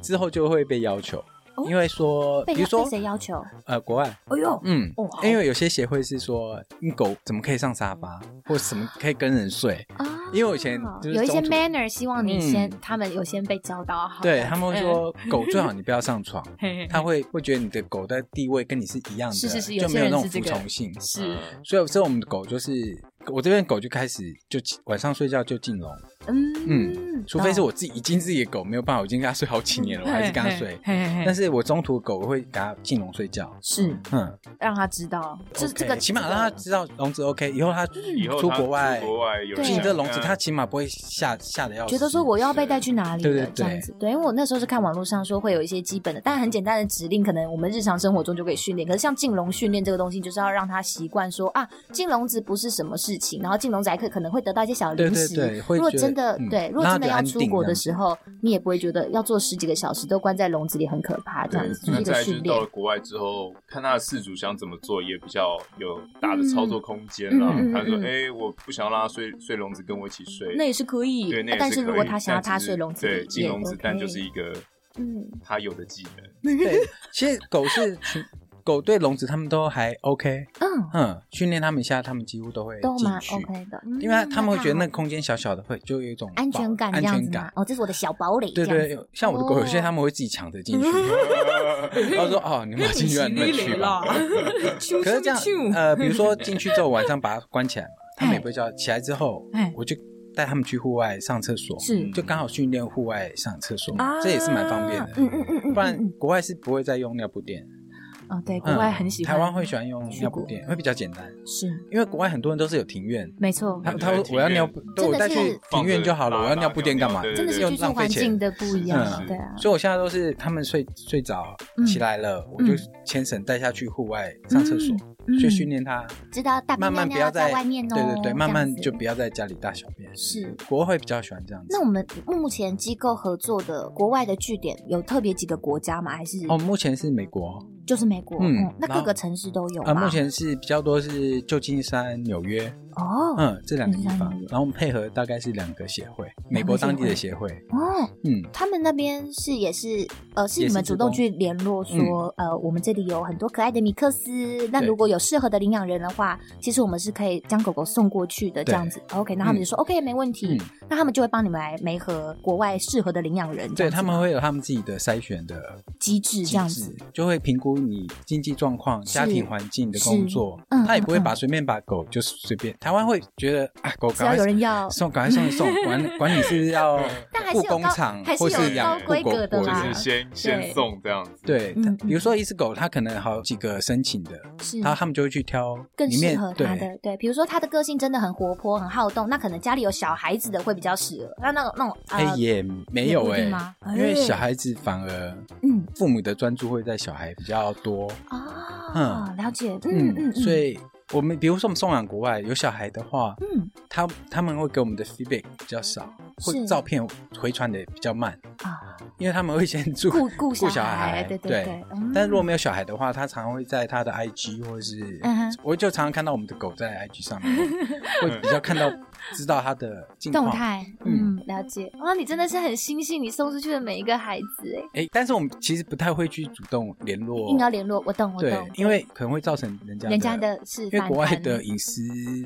之后就会被要求哦，因为说，被比如它说被谁要求？呃，国外，哎呦，嗯哦好，因为有些协会是说，你狗怎么可以上沙发，或什么可以跟人睡，啊因为我以前就是有一些中途 manner，希望你先，嗯他们有先被教导好。对他们会说，狗最好你不要 上床，嘿嘿他会会觉得你的狗的地位跟你是一样的，是是是有就些没有人那种是这服个从性，是，所以，所以我们的狗就是我这边狗就开始就起晚上睡觉就进笼，嗯嗯嗯除非是我自己已经自己的狗没有办法，我已经跟它睡好几年了，我还是跟它睡。嘿嘿嘿但是我中途的狗我会给它进笼睡觉，是嗯，让他知道，这 OK，这个起码让它知道笼子 OK，以后它以后嗯出它国外出国外有对进想这笼子，看它起码不会吓吓得要死。觉得说我又要被带去哪里了，对对对这样子。对，因为我那时候是看网络上说会有一些基本的，但很简单的指令，可能我们日常生活中就可以训练。可是像进笼训练这个东西，就是要让他习惯说啊，进笼子不是什么事情，然后进笼子还可以可能会得到一些小对零对食。对，会如果觉得真的、嗯对，如果让真的它觉得要安出定国这的样时候，你也不会觉得要做十几个小时都关在笼子里很可怕，这样对子，就是那一个再来就是训到练了。国外之后，看他的事主想怎么做，也比较有大的操作空间啦。嗯嗯嗯他说嗯：“哎、我不想要让他睡睡笼子，跟我一起睡。”那也是可以，对，那啊也但是是可如以果他想要但他只睡是笼子里，对进也笼子，但就 OK 是一个嗯，他有的技 能。对，其实狗是群狗对笼子他们都还 OK，嗯，嗯，训练他们一下，他们几乎都会都进蛮去。 OK 的，嗯因为他们会觉得太好那了个空间小小的，会就有一种安全感这保安样全子吗感？。哦，这是我的小堡垒，对这样对子，有像我的狗，哦有些他们会自己抢着进去，然后说哦，你们进院里去吧。 可可是这样，哦呃，比如说进去之后晚上把它关起来嘛，他们也不会叫。起来之后哎，我就带他们去户外上厕所，是就刚好训练户外上厕所啊，这也是蛮方便的。嗯嗯嗯嗯，不然国外是不会再用尿布垫，哦，对，国外很喜欢，嗯台湾会喜欢用尿布垫，会比较简单，是因为国外很多人都是有庭院，没错，他对他对说庭我要院尿布，对我带真的去是庭院就好了，放着我要尿布垫干嘛？对对对真的是又居住浪费环钱嗯境的不一样是，是对啊，所以我现在都是他们睡睡着嗯起来了，我就牵绳带下去户外上厕所，嗯去训练他，知道大便慢尿慢不尿要要在外面哦，对对这对，样慢慢子就不要在家里大小便。是。国外会比较喜欢这样子那。我们目前机构合作的国外的据点有特别几个国家吗？还是哦，目前是美国，就是美国？嗯嗯，那然后各个城市都有呃，吧目前是比较多是旧金山、纽约，哦嗯，这两个地旧金山方纽约，然后我们配合大概是两个协会，美国当地的协会，哦，嗯，他们那边是也是呃，是也你是们主动志去联络说，呃，我们这里有很多可爱的米克斯，那对如果有适合的领养人的话，其实我们是可以将狗狗送过去的这对样子。OK，那他们就说 OK 没问题嗯，那他们就会帮你们来媒合国外适合的领养人，对他们会有他们自己的筛选的机制这样机子制，就会评估你经济状况、是家庭环境的工作，嗯他也不会嗯把随便把狗就随便。台湾会觉得啊，狗只赶要有快人要，送，赶快送一送，管管你是不是 要但还是雇有工高厂还是或有是养高雇规狗格的过啦就是先先送这样子，对，嗯它嗯比如说一只狗，它可能好几个申请的，是然后他们就会去挑更里适面合他对。的，对，比如说他的个性真的很活泼、很好动，那可能家里有小孩子的会比较适合。那那种那种哎、呃，也没有也不一哎、定吗因为哎小孩子反而，嗯父母的专注会在小孩比较多，啊，了解，嗯嗯，嗯，嗯所以我们比如说我们送养国外有小孩的话，嗯他他们会给我们的 feedback 比较少，是会照片回传的比较慢，啊，因为他们会先住 顾顾顾小孩，对对对，嗯 但如果没有小孩的话，他常会在他的 IG 或者是，嗯哼我就常常看到我们的狗在 IG 上面， 会比较看到知道它的近况动。态，嗯嗯，了解。哇，你真的是很心细，你送出去的每一个孩子，哎，哎、但是我们其实不太会去主动联络，硬要联络，我懂，我对懂，，因为可能会造成人家人家的是因为反国外弹的隐私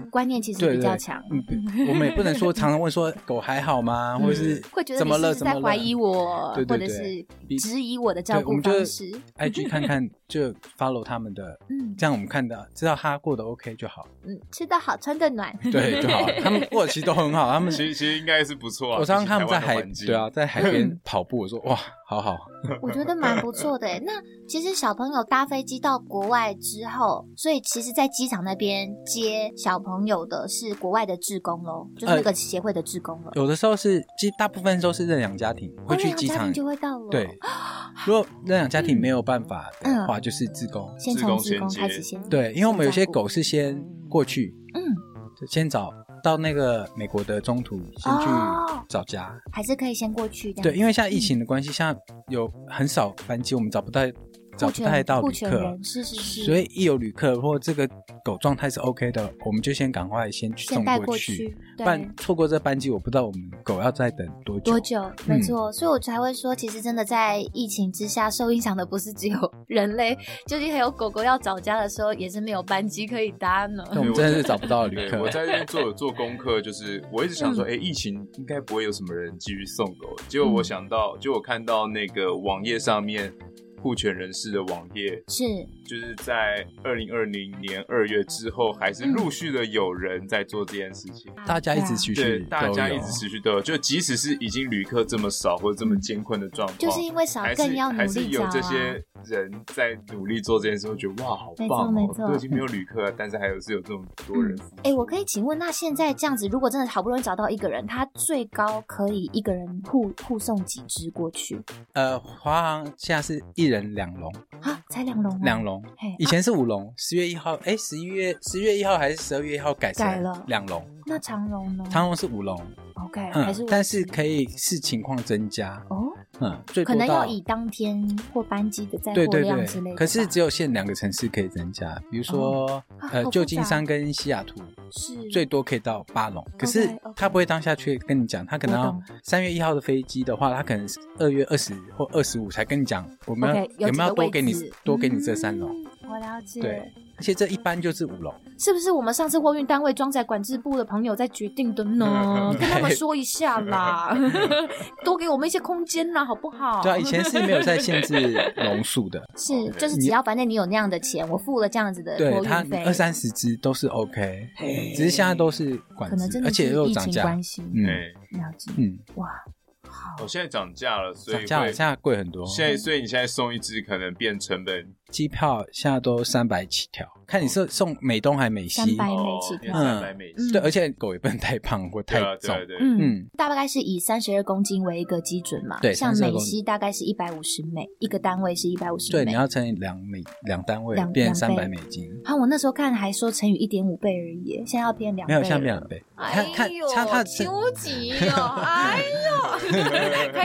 观念其实对比对较强， 嗯，不我们也不能说常常问说狗还好吗，或者是会觉得怎你么是不了是怎么在了怀疑我，对或对者对是比质疑我的照对我顾们就方式， IG 看看就 follow 他们的，嗯这样我们看的知道他过得 OK 就好，嗯，吃得好，穿得暖，对就好了。他们过得其实都很好，他 们其实其实应该是不错啊。我常常看他们在比起台湾海的环，境对啊，，在海 边跑步，我说哇，好好，我觉得蛮不错的诶。哎那其实小朋友搭飞机到国外之后，所以其实，在机场那边接小朋友的是国外的志工喽，呃就是那个协会的志工了。有的时候是，其实大部分都是认养家庭会哦去那机家场庭，就会到了。嗯对，。如果认养家庭没有办法的话，就是自工，先志从工志工衔开接始先。对，因为我们有些嗯先照顾狗是先过去，嗯，就先找到那个美国的中途，先去哦找家。还是可以先过去的。对，，因为现在疫嗯情的关系，现在有很少班机，我们找不到找顾不全太到顾旅全客，人是是是，所以一有旅客或这个狗状态是 OK 的，我们就先赶快先去先送带过去。去。不对。然错过这班机，我不知道我们狗要再等多久。多久？嗯没错，所以我才会说，其实真的在疫情之下，受影响的不是只有 人类，就是还有狗狗要找家的时候，也是没有班机可以搭呢。那我们真的是找 不到旅对，客我。在这边做有做功课，就是我一直想说，哎、嗯疫情应该不会有什么人继续送狗。结果我想到，结果我看到那个网页上面护犬人士的网页，是就是在二零二零年二月之后，还嗯是陆续的有人在做这件事情。大家一直持啊对，续大都家有一直持续都有，就即使是已经旅客这么少或者这么艰困的状嗯况，就是因为少还，是更要努还是力找有啊。这些人在努力做这件事，会觉得哇，好没错棒没哦！错都已经没有旅客了，但是还有是有这么多人付出。哎、我可以请问，那现在这样子，如果真的好不容易找到一个人，他最高可以一个人护护送几只过去呃，华航现在是一人两笼，啊？才两笼、哦，两笼。 嘿，以啊前是五笼，十月一号，哎，十一月十月一号还是十二月一号改成改了嗯两笼，那长笼呢？长笼是五笼， OK，、还是嗯我，但是可以视情况增加，哦，嗯，最可多能要到以当天或班机的载对货对量之类对，的吧。可是只有限两个城市可以增加，比如说啊好呃复杂旧金山跟西雅图是最多可以到八笼，可是 OK，OK 他不会当下去跟你讲，他可能我要懂三月一号的飞机的话，他可能是二月二十或二十五才跟你讲，我们 OK，有几没有个多位给你置多给你这三嗯哦笼？我了解。对，，而且这一般就是五笼，是不是我们上次货运单位装载管制部的朋友在决定的 呢？跟他们说一下啦，多给我们一些空间啦，好不好？对啊，以前是没有在 限制笼数的，是，对就是只要反正你有那样的钱，我付了这样子的对托它运费，二三十只都是 OK，只是现在都是管可能制真，的而且是又疫涨情价关，系，嗯哎了解嗯，哇，我、现在涨价了，所以涨价了，会现在贵很多。现在所以你现在送一只可能变成本机票现在都三百起跳，看你是送美东还美西。 300哦美，嗯金变三百美金，对，而且狗也不能太胖或对太啊对重啊。对啊，嗯嗯，大概是以三十二公斤为一个基准嘛，对像32美公西大概是一百五十美，一个单位是一百五十对，你美。要乘以两美两单位两变两三倍百美金，啊，我那时候看还说乘以一点五倍而已，现在要变两没倍，有像变。两倍。看看哎呦，它它是纠结 哦， 哎呦，没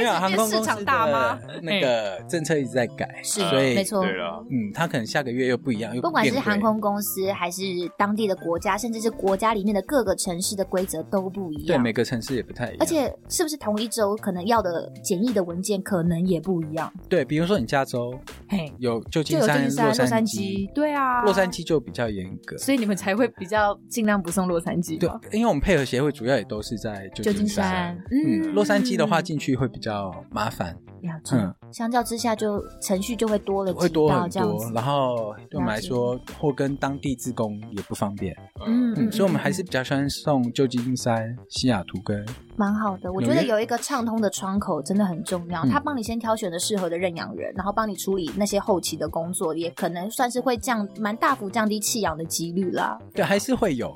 有开航始变空市公场司大妈的，那个政策一直在改，是啊所以没错对了，嗯，它可能下个月又不一样，又不管是变贵航空公司，还是当地的国家，甚至是国家里面的各个城市的规则都不一对样。每个城市也不太一样，而且是不是同一周可能要的简易的文件可能也不一样？对，比如说你加州嘿，有旧就金有旧山、金山、洛杉杉矶矶，，对啊，洛杉矶就比较严格，所以你们才会比较尽量不送洛杉矶对嘛。，因为我们配合协会主要也都是在旧旧金山山。嗯，洛杉矶的话进去会比较麻烦，了解，嗯，相较之下就程序就会多了会几多道很这样子多，。然后对我们来说，或跟当地自工也不方便，嗯嗯，所以我们还是比较喜欢送旧金山、西雅图跟嗯蛮好的，我纽觉得约有一个畅通的窗口真的很重要。嗯他帮你先挑选了适合的认养人，然后帮你处理那些后期的工作，也可能算是会降蛮大幅降低弃养的几率啦。对，还是会有，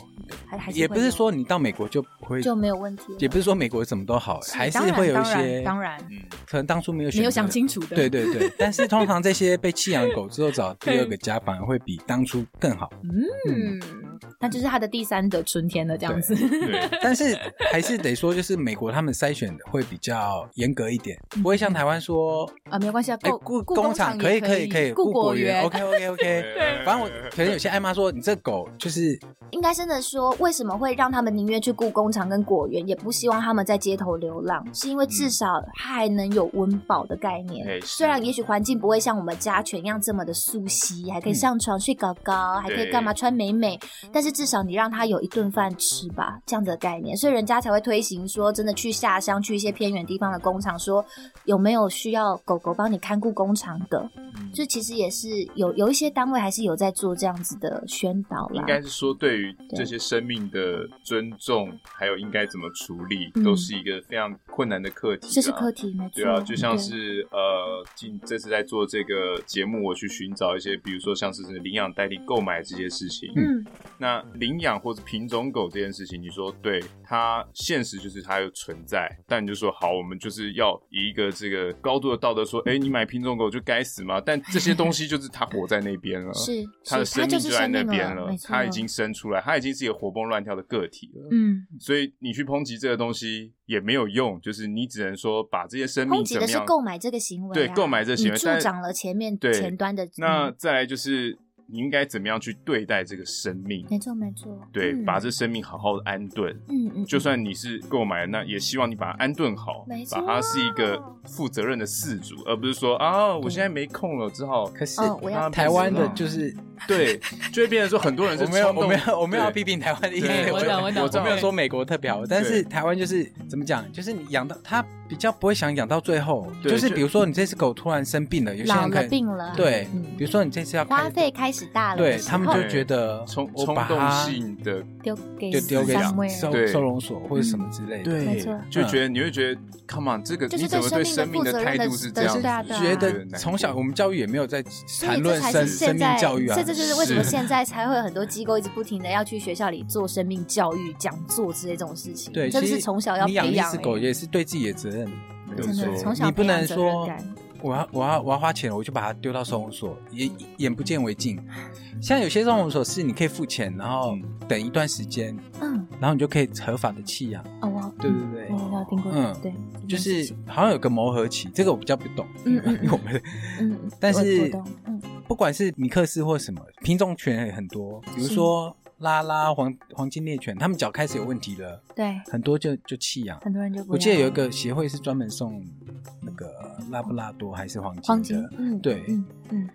还还是也会不是有说你到美国就不会，就没有问题了，也不是说美国怎么都好，还是当然会有一当然些，当然嗯，可能当初没有选没有择想清楚的，对，对对，但是通常这些被弃养的狗之后找第二个家，反而会比当初更好。嗯，嗯，那就是他的第三的春天了，这样子。嗯 对，但是还是得说，就是美国他们筛选会比较严格一点，不会像台湾说， 啊，没有关系啊，哎故，故故工厂厂也可以可可以可以，故国园 OK OK OK。对反正我可能有些爱妈说，你这狗就是应该真的说，为什么会让他们宁愿去雇工厂跟果园，也不希望他们在街头流浪？是因为嗯至少它还能有温饱的概念。哎是虽然也许环境不会像我们家犬一样这么的素悉，嗯还可以上床睡高高，还可以干嘛穿美美，但是至少你让它有一顿饭吃吧，这样子的概念，所以人家才会推行说，真的去下乡，去一些偏远地方的工厂，说有没有需要狗狗帮你看顾工厂的？嗯就其实也是有有一些单位还是有在做这样子的宣导啦应。该是说，对于这些生命的尊重，还有应该怎么处理，嗯都是一个非常困难的课题、啊。这是课题，没错。对啊，就像对是呃，今这次在做这个节目，我去寻找一些，比如说像是领养代替购买这些事情。嗯，那领养或者品种狗这件事情，你说对它现实就是它有存在，但你就说好，我们就是要以一个这个高度的道德说，哎、你买品种狗就该死吗？但这些东西就是它活在那边了，是它嗯的是生就命是在生那命边了了，，它他已经生出来，它已经是一个活蹦乱跳的个体了。嗯，所以你去抨击这个东西也没有用，就是你只能说把这些生抨命击怎的么是样购买这个行为啊、对购买这个行为你助但长了前面对前端的那嗯再来就是你应该怎么样去对待这个生命？没错没错，对，嗯把这生命好好的安顿。嗯嗯，嗯就算你是购买，那也希望你把它安顿好没，错把它是一个负责任的饲主，而不是说啊，我现在没空了，只好可是哦我要让它台湾的变成就这样是对，就会变成说很多人是我没有冲动我没有我没有要对批评台湾的意思，对我懂我懂我没有对说美国特别好，但是台湾就是怎么讲，就是你养到它比较不会想养到最后，对就是就比如说你这只狗突然生病了，有些老人可了能病了，对嗯，比如说你这次要花开，费开始大了的对时候，他们就觉得冲我冲把动它性的丢给就丢给 somewhere 收对收容所或者什么之类的，嗯没错就觉得嗯你会觉得，Come on，这个就你是怎么对生生命命的的负责态任度的是这对样是子对啊对啊觉觉得从小我们教育也没有在所以谈这论才生是生现命在，教育啊这，这就是为什么是现 在才会有很多机构一直不停的要去学校里做生命教育讲座之类这种事情，对，真的其是实从小要你养培一养只欸狗也是对自己的责任，没有真的错从小你不培养能责任说感我要我要我要花钱了，我就把它丢到收容所，眼眼不见为净。像有些收容所是你可以付钱，然后等一段时间，嗯，然后你就可以合法的弃养。哦哇，对对对嗯我有听过，嗯对，就这件事是情好像有个磨合期，这个我比较不懂，嗯嗯因为我 们嗯，但我是我懂嗯不管是米克斯或什么品种犬也很多，比如说拉拉黄黄金猎犬，它们脚开始有问题了，对，很多就就弃养。很多人就不我记得要有一个协会是专门送那个拉布拉多还是黄金的，黄金，嗯，对嗯嗯，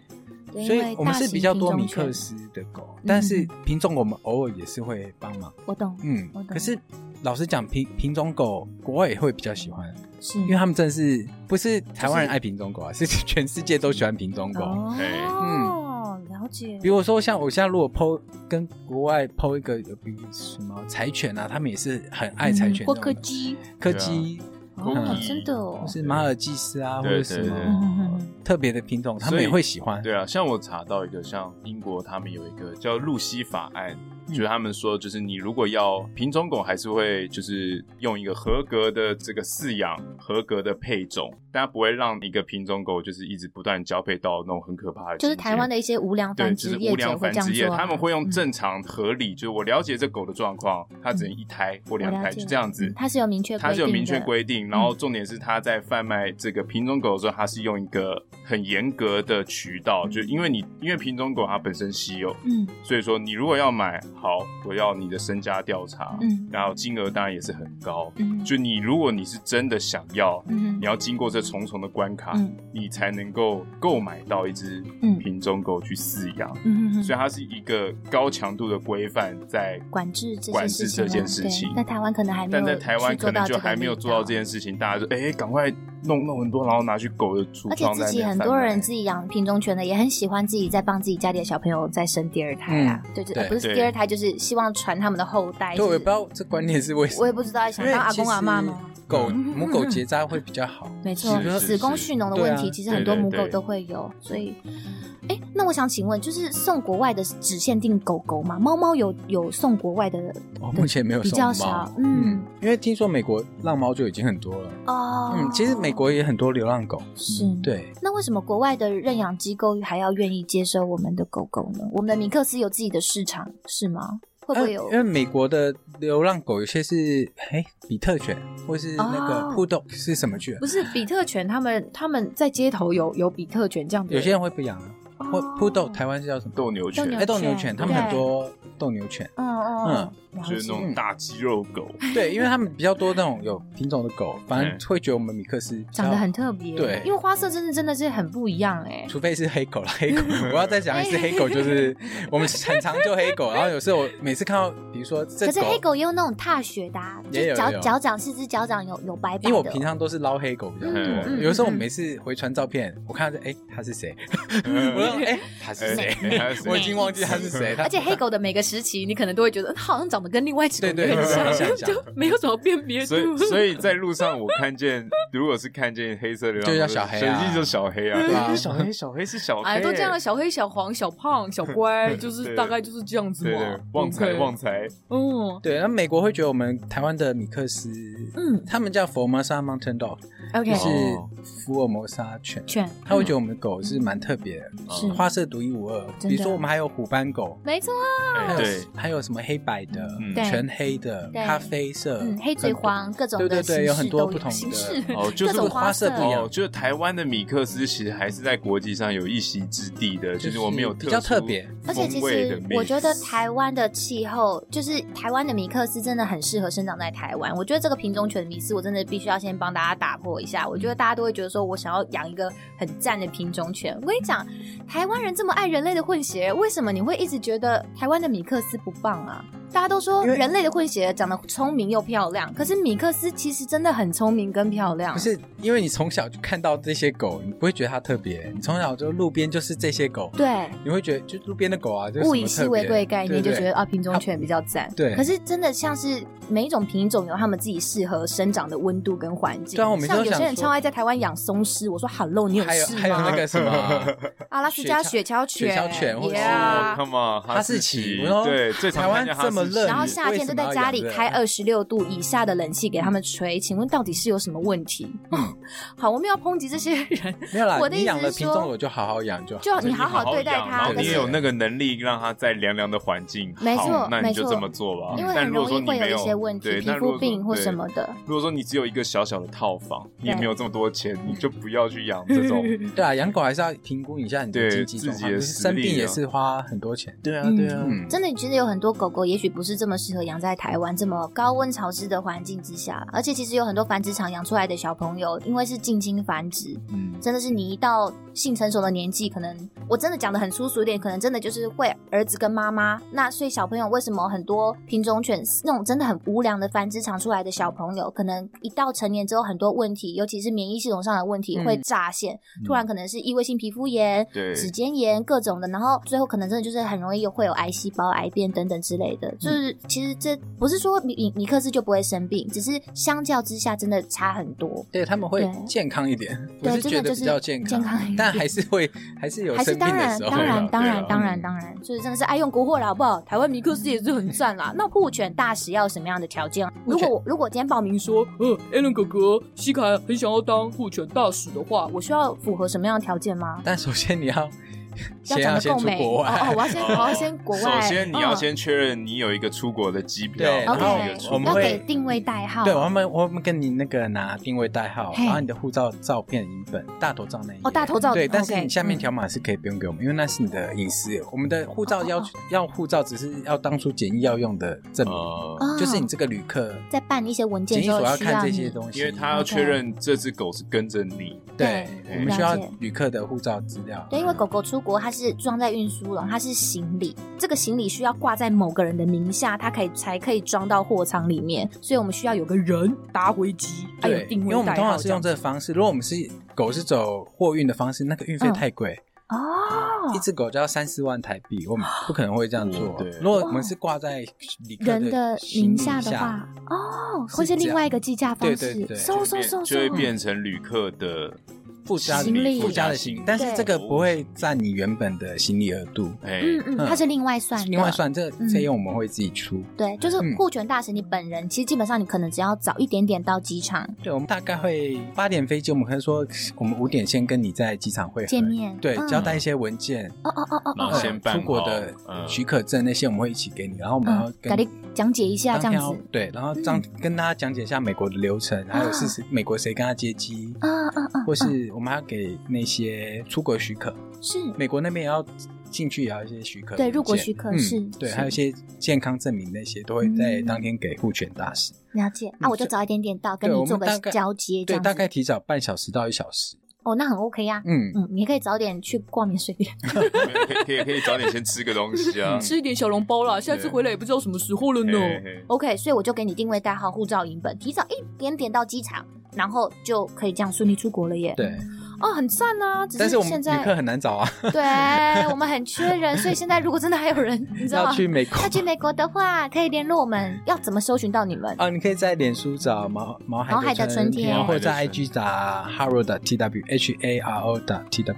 对所因以为我们大是型比较品多种米犬嗯克斯的狗，但是品种狗我们偶尔也是会帮忙。我懂，嗯我，懂可是老实讲，品品种狗国外也会比较喜欢，是因为他们真的是不是台湾人爱品种狗啊， 是全世界都喜欢品种狗。哎哦，了解比，如说像我现在如果剖跟国外剖一个，比如什么柴犬啊，他们也是很爱柴犬或那种柯的，嗯基，柯基，哦 Kogi 哦，真的哦或。是马尔济斯啊，或啊对者什对么对嗯嗯 嗯特别的品种，他们也会喜欢。对啊，像我查到一个，像英国他们有一个叫露西法案，嗯就是他们说，就是你如果要品种狗，还是会就是用一个合格的这个饲养、合格的配种，但它不会让一个品种狗就是一直不断交配到那种很可怕的境界。就是台湾的一些无良对，繁就殖是业无者良会繁这样殖业，做啊，他们会用嗯正常合理，就是我了解这狗的状况，它只能一胎或两嗯我了胎，解就这样子嗯。它是有明确规定它的，嗯是有明确规定，然后重点是它在贩卖这个品种狗的时候，它是用一个很严格的渠道，就因为你因为品种狗它本身稀有，嗯所以说你如果要买，好，我要你的身家调查，嗯然后金额当然也是很高。嗯就你如果你是真的想要，嗯你要经过这重重的关卡，嗯你才能够购买到一只嗯品种狗去饲养。嗯嗯嗯所以它是一个高强度的规范在管制这管些制事这情件啊，事对情。但台湾可能还没有，但在台湾可能就还没有做到这些。件事情，大家就哎，赶、快弄弄很多，然后拿去狗的橱而且窗在自那己边很贩多卖人自己养品种犬的，也很喜欢自己在帮自己家里的小朋友再生第二胎啊，对，就对呃不是对第二胎，就是希望传他们的后代。对，就我也是不知道这观念是为什我么也，不知道，因想为当阿其公阿实妈吗？狗嗯母狗结扎会比 较好。没错是，是子宫是蓄脓的对问啊题，其实对很多对母狗对都会有，所以。哎，那我想请问，就是送国外的只限定狗狗吗？猫猫有有送国外的我目前没有比送较猫少，嗯，因为听说美国浪猫就已经很多了。哦。嗯，其实美国也很多流浪狗。是嗯对，那为什么国外的认养机构还要愿意接收我们的狗狗呢？我们的米克斯有自己的市场是吗？会不呃会有因为美国的流浪狗有些是哎比特犬，或是那哦个扑斗是什么犬？不是比特犬，他们他们在街头有有比特犬这样的，有些人会不养啊，或哦扑斗，台湾是叫什么？斗牛斗犬牛，哎，斗牛犬，他们很多斗牛犬。嗯嗯嗯，就是那种大肌肉狗，对，因为他们比较多那种有品种的狗，反嗯正会觉得我们米克斯比较长得很，特别，对因为花色真的真的是很不一样哎、除非是黑狗了。黑 狗，我要再讲一次，黑狗就是我们很常救黑狗，然后有时候我每次看到，比如说这可是黑，狗也有那种踏雪的、啊，就也有脚也有脚掌四只脚掌有有白白的。因为我平常都是捞黑狗比较多嗯嗯，有时候我每次回传照片，我看到这，哎，他是谁？ 我嗯说，哎，它是谁哎它是谁我已经忘记他是谁，他而且黑狗的每个时期，你可能都会觉得嗯好像长得跟另外一只狗对有对，点像，想想想，就没有什么辨别度所。以，所以在路上我看见，如果是看见黑色流浪狗，就叫小黑啊神迹就小黑啊，对啊小黑，小黑是小黑， 哎，都这样了，小黑、小黄、小胖、小乖，就对是大概就是这样子对对嘛。，旺财 OK 旺财，嗯对，那美国会觉得我们台湾的米克斯，嗯他们叫福尔摩沙 Mountain Dog， ，OK，就哦是福尔摩沙犬，犬他会觉得我们的狗是蛮特别的，是花色独一无二。嗯真的比如说我们还有虎斑狗，没错啊，哎还有对，还有什么黑白的嗯、对全黑的、对咖啡色、嗯，黑嘴很多，黄各种对对的对形有式很都多不同形的式哦就是各种花色不一样哦，就是台湾的米克斯其实还是在国际上有一席之地的，就是就是我们有比较特别，而且其实我觉得台湾的气候，就是台湾的米克斯真的很适合生长在台湾。我觉得这个品种犬的迷思，我真的必须要先帮大家打破一下。我觉得大家都会觉得说我想要养一个很赞的品种犬。我跟你讲，台湾人这么爱人类的混血，为什么你会一直觉得台湾的米克斯不棒啊？大家都说因为人类的混血长得聪明又漂亮，可是米克斯其实真的很聪明跟漂亮。不是因为你从小就看到这些狗，你不会觉得它特别，你从小就路边就是这些狗，对，你会觉得就路边的狗啊，就物是什么以稀特为别贵概念，就对对觉得啊品种犬比较赞。对可是真的像是每一种品种有他们自己适合生长的温度跟环境。对啊我每次像都有想些人说超爱在台湾养松狮，我说 Hello，你有还有事吗？还有那个什么啊。 阿拉斯加雪雪橇犬，雪橇犬或者是 yeah 哦，Come on，哈哈士奇我说对，最常台湾看见哈这么士奇热然后夏天就在家里开为什么要养这二十六度以下的冷气给他们吹，请问到底是有什么问题？嗯好，我们要抨击这些人，没有啦，我的意思你养了是品说种狗就好好养就好。就你你好好对待养然它。后可你也是有那个能力让它在凉凉的环境，没错好那你没就错这么做吧。因为哦但很如容果说易你会有没一有些问题，对皮那如肤果病或对什么的。如果说你只有一个小小的套房，你也对没有这么多钱，你就不要去养 这种。对啊，养狗还是要评估一下你对的经济状自己况，的就是实生力病也啊是花很多钱。对啊嗯嗯，真的，其实有很多狗狗，也许不是这么适合养在台湾这么高温潮湿的环境之下。而且，其实有很多繁殖场养出来的小朋友，因为是近亲繁殖，嗯，真的是你一到性成熟的年纪，可能我真的讲的很粗俗一点，可能真的就是会儿子跟妈妈。那所以小朋友为什么很多品种犬那种真的很无良的繁殖场出来的小朋友，可能一到成年之后，很多问题，尤其是免疫系统上的问题嗯会乍现，突然可能是异位性皮肤炎，对指尖炎各种的，然后最后可能真的就是很容易有会有癌细胞、癌变等等之类的。就是其实这不是说米米米克斯就不会生病，只是相较之下真的差很多。对他们会对健康一点，我对是真觉的得就比是较健健康一点但还是会还是有还生是病当的然，时候啊当然，啦当对然啦，当然，当然，所以真的是爱用国货啦，好不好？台湾米克斯也是很赞啦。那护犬大使要什么样的条件？啊如果我如果今天报名说，呃，Allen 哥哥，西凯很想要当护犬大使的话，我需要符合什么样的条件吗？但首先你要要先长得先够出美国哦哦，外，我要先我要先 国外，首先你要嗯先确认你有一个出国的机票，对然后有一个 OK，出我们要会给定位代号，对，啊我们我们跟你那个拿定位代号，哦嘿然后你的护照照片影本、大头照那一页哦大头照对，但是 OK，你下面嗯条码是可以不用给我们，因为那是你的隐私。我们的哦护照要求要护照，只是要当初检疫要用的证明，呃，哦就是你这个旅客在办一些文件检的疫时候所要需要看这些你东西，因为他要确认这只狗是跟着你，对对我们了需要解旅客的护照资料。对，因为狗狗出国，它是装在运输笼，它是行李，这个行李需要挂在某个人的名下，它可以才可以装到货仓里面，所以我们需要有个人打回机，还有对，哎定因位为我们代通号常是用这个方式。如果我们是狗是走货运的方式，那个运费嗯太贵，这样一哦，只狗就要三四万台 币，我们不可能会这样做嗯。对如果我们是挂在旅客人的行名李下的话，哦，会是是这另样外一个计价方对对式，对收收收就收会，变成旅客的附加行李的附加的行李行李，但是对这个不会占你原本的行李额度，哎，嗯嗯，嗯它是另外算的，另外算这嗯费用我们会自己出。对，就是嗯护权大使你本人，其实基本上你可能只要早一点点到机场对，我们大概会八点飞机，我们会说我们五点先跟你在机场会合见。面，对，嗯交代一些文件，哦哦哦哦然哦后，先办哦呃出国的许可证那些我们会一起给你，然后我们要嗯，给呃跟你讲解一下当这天样要子，嗯对，然后这样跟大家讲解一下美国的流程，还有是谁美国谁跟他接机，啊啊 啊，或是我们还要给那些出国许可，是。美国那边也要进去也要一些许可文件，对入国许可嗯是对，是嗯还有一些健康证明那些都会在当天给护犬大使，了解啊，嗯我就就早一点点到，跟对你我做们个大概交接，这对，样大子概提早半小时到一小时，哦，那很 OK 呀、嗯，嗯，你可以早点去逛免税店，可以可以可以早点先吃个东西嗯啊，吃一点小笼包啦，下次回来也不知道什么时候了呢。嗯嘿嘿 OK，所以我就给你定位代号、护照影本，提早一点点到机场，然后就可以这样顺利出国了耶。对，哦，很赞啊！只但是我们现旅客在很难找啊，对我们很缺人，所以现在如果真的还有人，你知道要吗？去美国要。去美国的话，可以联络我们，要怎么搜寻到你们？哦，你可以在脸书找毛毛毛海海的春天天，或者在毛海的 IG 打 haro 的 t w h a r o 的 t w。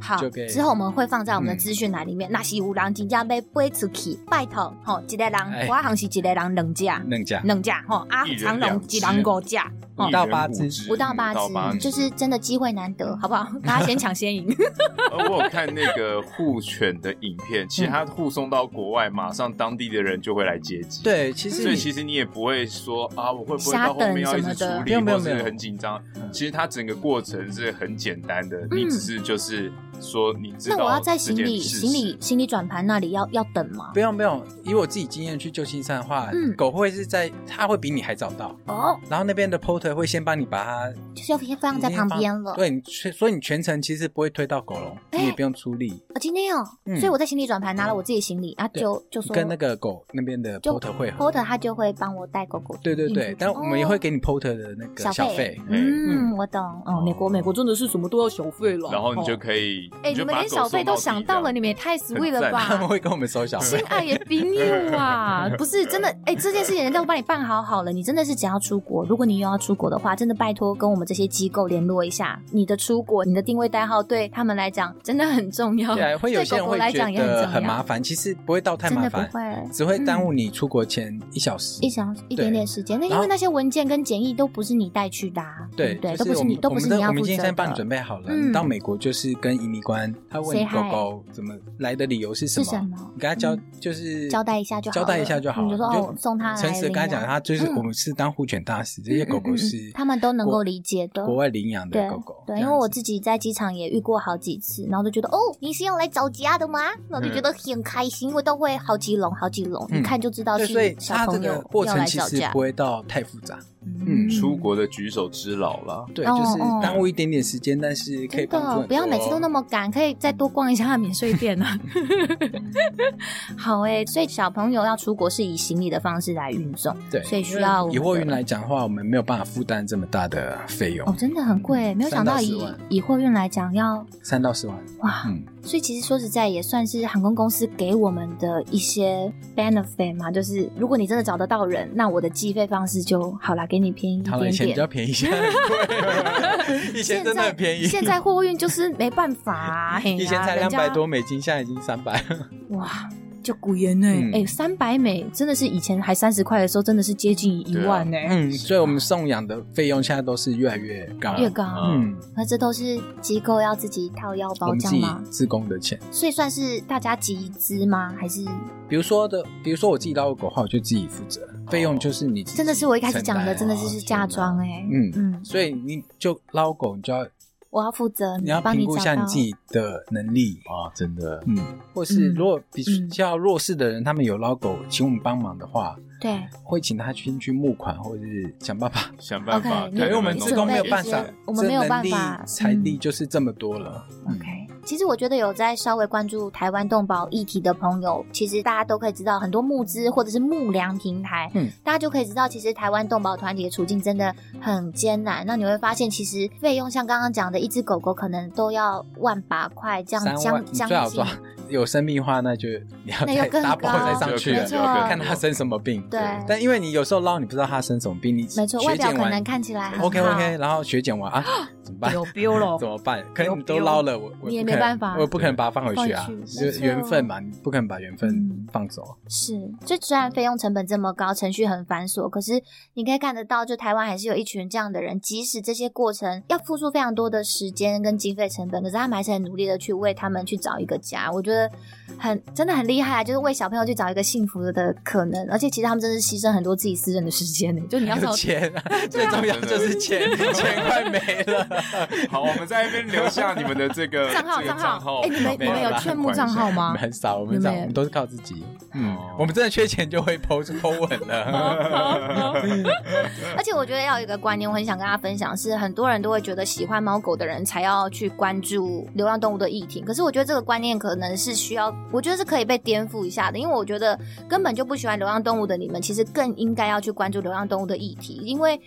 好就可，以之后我们会放在我们的嗯资讯栏里面。那是有人真正要飞出去，拜托，吼、一个人，哎我行是一个人两架。弄家两架吼，啊一，人长龙两只一人五架，哦一到人八五只不到八到八只，就是真的机会难得，好 不好？大家先抢先 赢。呃，我有看那个护犬的影片，其实嗯它护送到国外，马上当地的人就会来接机。，对，其实所以你其实你也不会说啊，我会不会瞎到后面等要一什么直处的理，没有没有或是没有很紧张。嗯其实它整个过程是很简单的，你嗯只是就是说你 知道那我要在这行件李、事行李、行李转盘那里要要等吗不？用不用，以我自己经验去旧金山的话，嗯狗会是在，它会比你还早到，哦，然后那边的 porter 会先帮你把它就是要先放在旁边了。对，你全所以你全程其实不会推到狗笼，哎你也不用出力，哦，今天哦，嗯所以我在行李转盘拿了我自己行李，啊，对就就说跟那个狗那边的 porter 会合。 porter 他就会帮我带狗狗。对对嗯对，但我们也会给你 porter 的那小费个小费。嗯，我懂。哦，美国美国真的是什么都要小费了。然后你就哦可以，哎，你就们把连狗小费送都底想这到样了，你们也 太 sweet 了他们吧！会跟我嗯们收小心费，爱也比你啊，不是真的哎、这件事情人家都帮你办好好了，你真的是只要出国，如果你又要出国的话，真的拜托跟我们这些机构联络一下，你的出国，你的定位代号对他们来讲真的很重要，对啊，会有些人狗狗会来觉讲也得重很麻要，烦，其实不会到太真麻的不烦，会。只会耽误你出国前一小时。一小一点点时间，那因然为后那些文件跟检疫都不是你带去的、啊，对不对，就都不我你，们都不我们是的你要我们负已经责先帮你的准。备好了，嗯你到美国就是跟移民官，他问 Say 你 hi 狗狗怎么来的理由是什是么，什么？你跟他交、嗯就是交代一下就好了交代一下就好你了，就说哦我送他来诚实地跟他领养讲，他就是嗯我们是当护犬大使，嗯这些嗯狗嗯狗嗯是他们都能够国理解的国外领养的对狗狗，对，这因样为我子自己在机场也遇过好几次，然后就觉得哦，你是要来找家的吗？然后就觉得很开心，我都会好几笼好几笼，嗯一看就知道对，所以是小它这朋个友过要程来其找实家不。会到太复杂，嗯出国的举手之劳了。对，哦就是哦耽误一点点时间，但是可以真帮助的很不要每次都那么么赶，可以再多逛一下免税店啊。 好诶、所以小朋友要出国是以行李的方式来运送对，所以需因为要我以们货的运来讲的话，我们没有办法负担这么大的费用哦哦，，真的很贵，没有想三到到四以万以货运来讲要三到四万，哇，嗯，所以其实说实在，也算是航空公司给我们的一些 benefit 嘛，就是如果你真的找得到人，那我的计费方式就好啦，给你便宜一他们以前点比较点。便 宜，现在很贵 以前真的很便宜，现在货运就是没办法、 啊，嘿呀以前才人两家百多美金，现在已经三百。哇，就古言呢、嗯哎、三百美真的是以前还三十块的时候，真的是接近一万呢、嗯，所以我们送养的费用现在都是越来越高，越高啊嗯，那这都是机构要自己掏腰我包们这自样己吗？自工的钱。所以算是大家集资吗？还是比如说的，比如说我自己捞的狗的话，我就自己负责，费用就是你自己真的是我一开始讲的，承真担的是是嫁妆哎、嗯嗯，所以你就捞狗，你就要我要负责，你要嗯帮评估一找下你到自己的能力，啊，真的，嗯，或是嗯如果比嗯较弱势的人，他们有捞狗，请我们帮忙的话，对。会请他先去募款，或者是想办法。想办法 OK，看对因为我们能不能自工没有弄办到法这，我们没有这能办力法财嗯力就是这么多了。嗯 OK，其实我觉得有在稍微关注台湾动保议题的朋友，其实大家都可以知道很多募资或者是募粮平台，嗯，大家就可以知道，其实台湾动保团体的处境真的很艰难。那你会发现，其实费用像刚刚讲的，一只狗狗可能都要万把块，这三样万，将你将最好近抓。有生命化，那就 你要那要再更 double 高再上去没了，错看他生什么病。对但因为你有时候捞，你不知道他生什么病，你没错，血外表检可能完看起来很好 OK OK，然后血检完啊，怎么办？有 bill 咯 怎么办？可有能你都 bill 捞了，我我你也不没可办能法我不可能把它放回去啊放回，去就是缘分嘛，没你不可能把缘分嗯放走。是，就虽然费用成本这么高，程序很繁琐，可是你可以看得到，就台湾还是有一群这样的人，即使这些过程要付出非常多的时间跟经费成本，可是他们还是很努力的去为他们去找一个家。我觉得很真的很厉害啊，就是为小朋友去找一个幸福的可能，而且其实他们真的是牺牲很多自己私人的时间呢、就你要还知 有道。钱 啊，最重要就是钱，钱快没了。好，我们在那边留下你们的这个账号这个账号哎你们没你们有劝募账号没有啦吗我们很少，我们很少，有没有我们都是靠自己。嗯哦，我们真的缺钱就会 po 就 po 稳哦了。 而且我觉得要有一个观念，我很想跟大家分享是，很多人都会觉得喜欢猫狗的人才要去关注流浪动物的议题，可是我觉得这个观念可能是需要，我觉得是可以被颠覆一下的，因为我觉得根本就不喜欢流浪动物的你们，其实更应该要去关注流浪动物的议题，因为。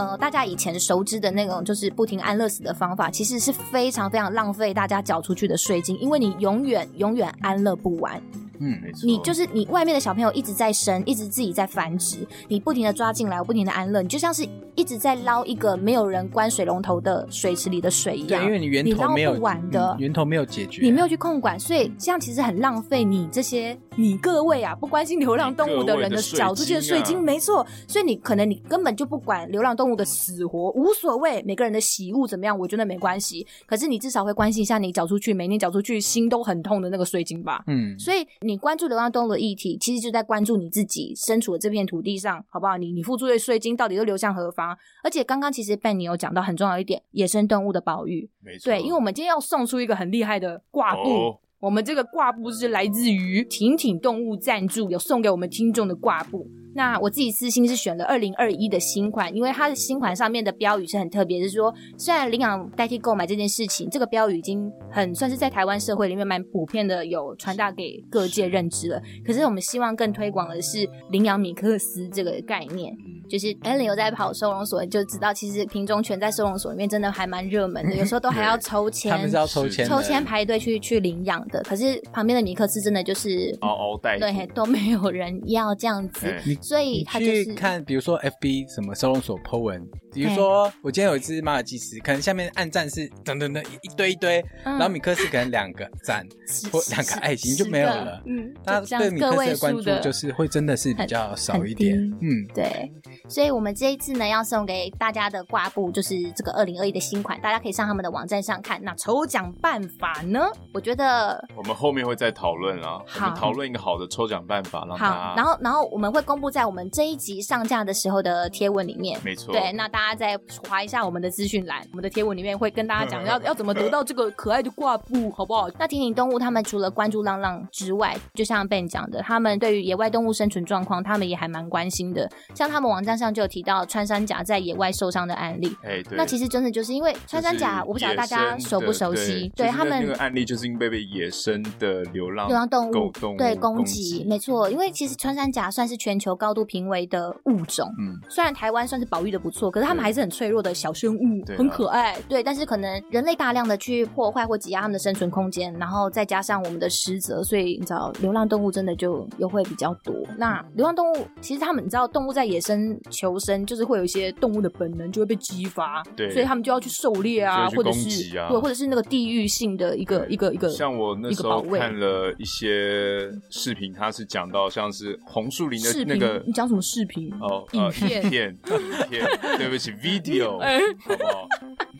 呃，大家以前熟知的那种就是不停安乐死的方法，其实是非常非常浪费大家缴出去的税金，因为你永远永远安乐不完，嗯没，错你就是你外面的小朋友一直在生，一直自己在繁殖，你不停的抓进来，不停的安乐，你就像是一直在捞一个没有人关水龙头的水池里的水一对，样因，为你源你头捞没有不完的嗯源头没有解决，你没有去控管，所以这样其实很浪费你这些你各位啊不关心流浪动物的人你各位的税金啊缴出去的税金，没错，所以你可能你根本就不管流浪动物的死活，无所谓每个人的喜恶怎么样，我觉得没关系，可是你至少会关心一下你缴出去每年缴出去心都很痛的那个税金吧，嗯，所以你关注流浪动物的议题，其实就在关注你自己身处的这片土地上，好不好？你你付出的税金到底都流向何方？而且刚刚其实 Ben 你有讲到很重要一点，野生动物的保育。没错，对，因为我们今天要送出一个很厉害的挂布。哦我们这个挂布是来自于挺挺动物赞助，有送给我们听众的挂布。那我自己私心是选了二零二一的新款，因为它的新款上面的标语是很特别，是说虽然领养代替购买这件事情，这个标语已经很算是在台湾社会里面蛮普遍的，有传达给各界认知了。可是我们希望更推广的是领养米克斯这个概念。嗯就是 Ellen 有在跑收容所，就知道其实品种犬在收容所里面真的还蛮热门的，有时候都还 要抽签，他们是要抽签的，抽签排队去去领养的，可是旁边的米克斯真的就是哦嗷嗷待哺对都没有人要这样子，哎所以你他就去是看，比如说 FB 什么收容所 po 文，比如说我今天有一只马尔济斯，可能下面暗赞是等等等一堆一堆，嗯然后米克斯可能两个赞十或两个爱心就没有了，嗯，大就这家对样米个克斯位的关数注的，就是会真的是比较少一点很，嗯，对，所以我们这一次呢，要送给大家的挂布就是这个二零二一的新款，大家可以上他们的网站上看。那抽奖办法呢？我觉得我们后面会再讨论啊，我好们讨论一个好的抽奖办法，让好他，然后然后我们会公布在我们这一集上架的时候的贴文里面。没错，对，那大家再划一下我们的资讯栏，我们的贴文里面会跟大家讲要要怎么得到这个可爱的挂布，好不好？那挺挺动物他们除了关注浪浪之外，就像 Ben 讲的，他们对于野外动物生存状况，他们也还蛮关心的。像他们网站上就有提到穿山甲在野外受伤的案例。哎对，那其实真的就是因为穿山甲，我不晓得大家熟不熟悉，对他们那个案例就是因为被野生的流浪流浪动狗物动物对攻攻击，没错，因为其实穿山甲算是全球高度濒危的物种。嗯，虽然台湾算是保育的不错，可是它们对还是很脆弱的小生物，对啊很可爱。对，但是可能人类大量的去破坏或挤压它们的生存空间，然后再加上我们的失责，所以你知道，流浪动物真的就又会比较多。那流浪动物其实它们，你知道，动物在野生求生，就是会有一些动物的本能就会被激发，对所以它们就要去狩猎啊，就或会去者攻是击啊对，或者是那个地域性的一个一个一个。像我那一时个保候卫看了一些视频，它是讲到像是红树林的视频，那个你讲什么视频？哦，呃影片哎影片，影片，对不起，video，好不好？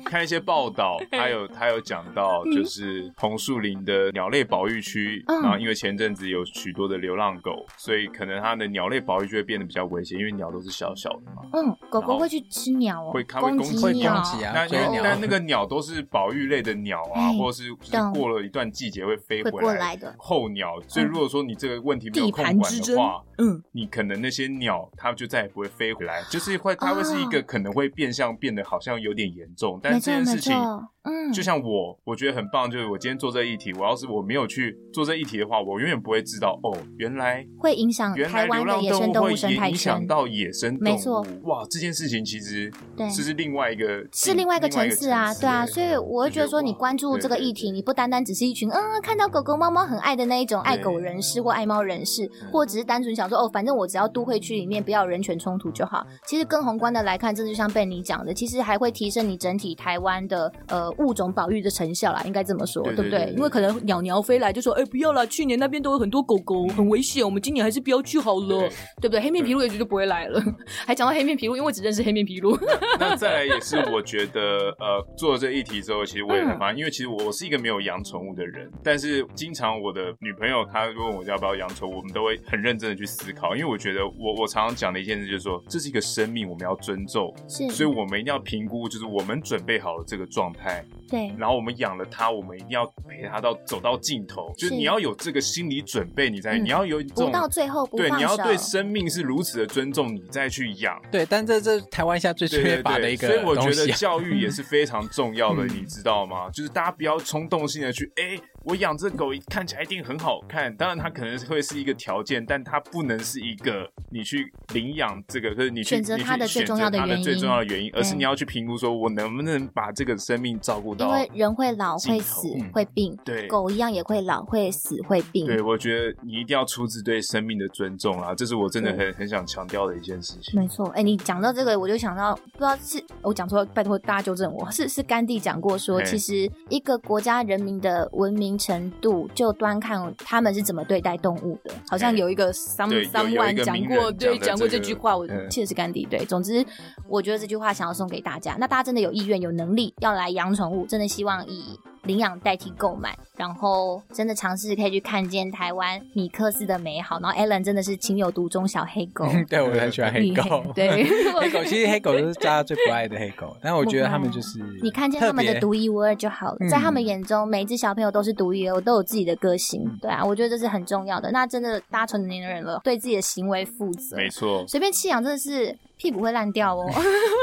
看一些报道，还有还有讲到就是红树林的鸟类保育区，嗯然后因为前阵子有许多的流浪狗，所以可能它的鸟类保育就会变得比较危险，因为鸟都是小小的嘛。嗯，狗然后狗会去吃鸟哦，会它会攻攻击击会攻鸟哦击啊，那因追为鸟但那个鸟都是保育类的鸟啊，哎或者是就是懂过了一段季节会飞会回过来的嗯候鸟，所以如果说你这个问题没有地控盘管之的争话，，嗯，你可能那些鸟它就再也不会飞回来，就是会它会是一个可能会变相变得好像有点严重，但哦没是这错件没事情。错，嗯，就像我，我觉得很棒，就是我今天做这一题，我要是我没有去做这一题的话，我永远不会知道哦，原来会影响原嗯台来流湾的浪野生动动会物生也态影响圈。到野生动物，没错，哇，这件事情其实对这是另外一个哎是另外一个层次啊，对啊，所以我会觉得说，你关注这个议对题，你不单单只是一群嗯看到狗狗、猫猫很爱的那一种爱狗人士或爱猫人士，嗯或只是单纯想说哦，反正我只要都会区里面不要有人权冲突就好。其实更宏观的来看，这就像贝尼讲的，其实还会提升你整体台湾的呃物种保育的成效啦，应该这么说，对对不对对对对？因为可能鸟鸟飞来就说，哎，不要啦，去年那边都有很多狗狗，很危险，我们今年还是不要去好了对，对不对？黑面琵鹭也就不会来了。 还讲到黑面琵鹭，因为我只认识黑面琵鹭。那再来也是我觉得，呃，做了这议题之后，其实我也嗯很发现，因为其实我是一个没有养宠物的人，但是经常我的女朋友她问我要不要养宠物，我们都会很认真的去思考，因为我觉得我我常常讲的一件事就是说，这是一个生命，我们要尊重，是，所以我们一定要评估，就是我们准备好了这个状态，对，然后我们养了它，我们一定要陪它到走到尽头，就是是你要有这个心理准备，你才嗯你要有这不种到最后不对，放你要手对生命是如此的尊重，你再去养。对，但这这是台湾现在最对缺对乏对，的一个所以我觉东得西啊。嗯教育也是非常重要的，你知道吗？就是大家不要冲动性的去，哎、我养这狗看起来一定很好看，当然它可能会是一个条件，但它不能是一个你去领养这个，就是你去选择你去它的最选择重要的它的原最因重要的原因，而是对你要去评估说我能不能把这个生命照顾因到。为人会老、尽会头死嗯、会病，对狗一样也会老、会死、会病。 对，我觉得你一定要出自对生命的尊重啊，这是我真的很很想强调的一件事情。没错，哎、你讲到这个，我就想到，不知道是我讲错，拜托大家纠正我，是是甘地讲过说，哎其实一个国家人民的文明程度，就端看他们是怎么对待动物的。好像哎有一个 some 对有有一 someone 个讲名过，人对，讲的讲过这这个句话，我嗯记得是甘地。对，总之，我觉得这句话想要送给大家。那大家真的有意愿、有能力要来养宠物，真的希望以领养代替购买，然后真的尝试可以去看见台湾米克斯的美好。然后 Alan 真的是情有独钟小黑狗， 对，我很喜欢黑狗。你 对黑狗其实黑狗就是大家最不爱的黑狗，但我啊觉得他们就是你看见他们的特别独一无二就好了，嗯在他们眼中，每一只小朋友都是独一无二，都有自己的个性。嗯对啊，我觉得这是很重要的。那真的，大家成年人了，对自己的行为负责，没错，随便弃养真的是屁股会烂掉 哦。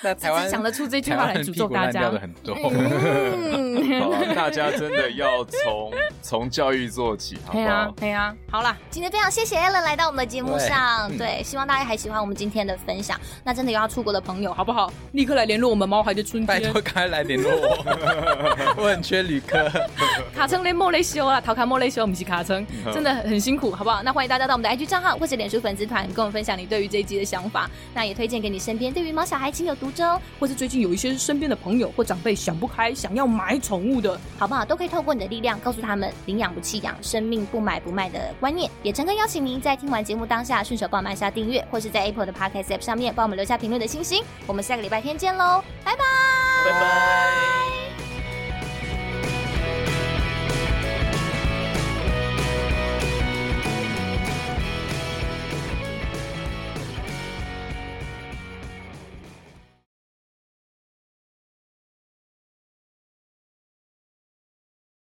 那台湾只想得出这句台话湾来人诅屁咒股大烂家掉的。很多。嗯， 好了，大家真的要从从教育做起，好不对啊好，？对啊，好啦，今天非常谢谢 Alan 来到我们的节目上，对嗯对，希望大家还喜欢我们今天的分享。那真的有要出国的朋友，好不好？立刻来联络我们毛孩的春 拜托，赶快来联 络我，我很缺旅客。卡称连莫雷修啦，陶卡莫雷修，我们是卡称，嗯真的很辛苦，好不好？那欢迎大家到我们的 IG 账号或者脸书粉丝团，跟我们分享你对于这一集的想法。那也推荐给你身边对于毛小孩情有独钟，或是最近有一些身边的朋友或长辈想不开，想要买宠物的，好不好？都可以透过你的力量，告诉他们领养不弃养，生命不买不卖的观念。也诚恳邀请您在听完节目当下，顺手帮我们按下订阅，或是在 Apple 的 Podcast App 上面帮我们留下评论的星星。我们下个礼拜天见喽，拜拜。拜拜。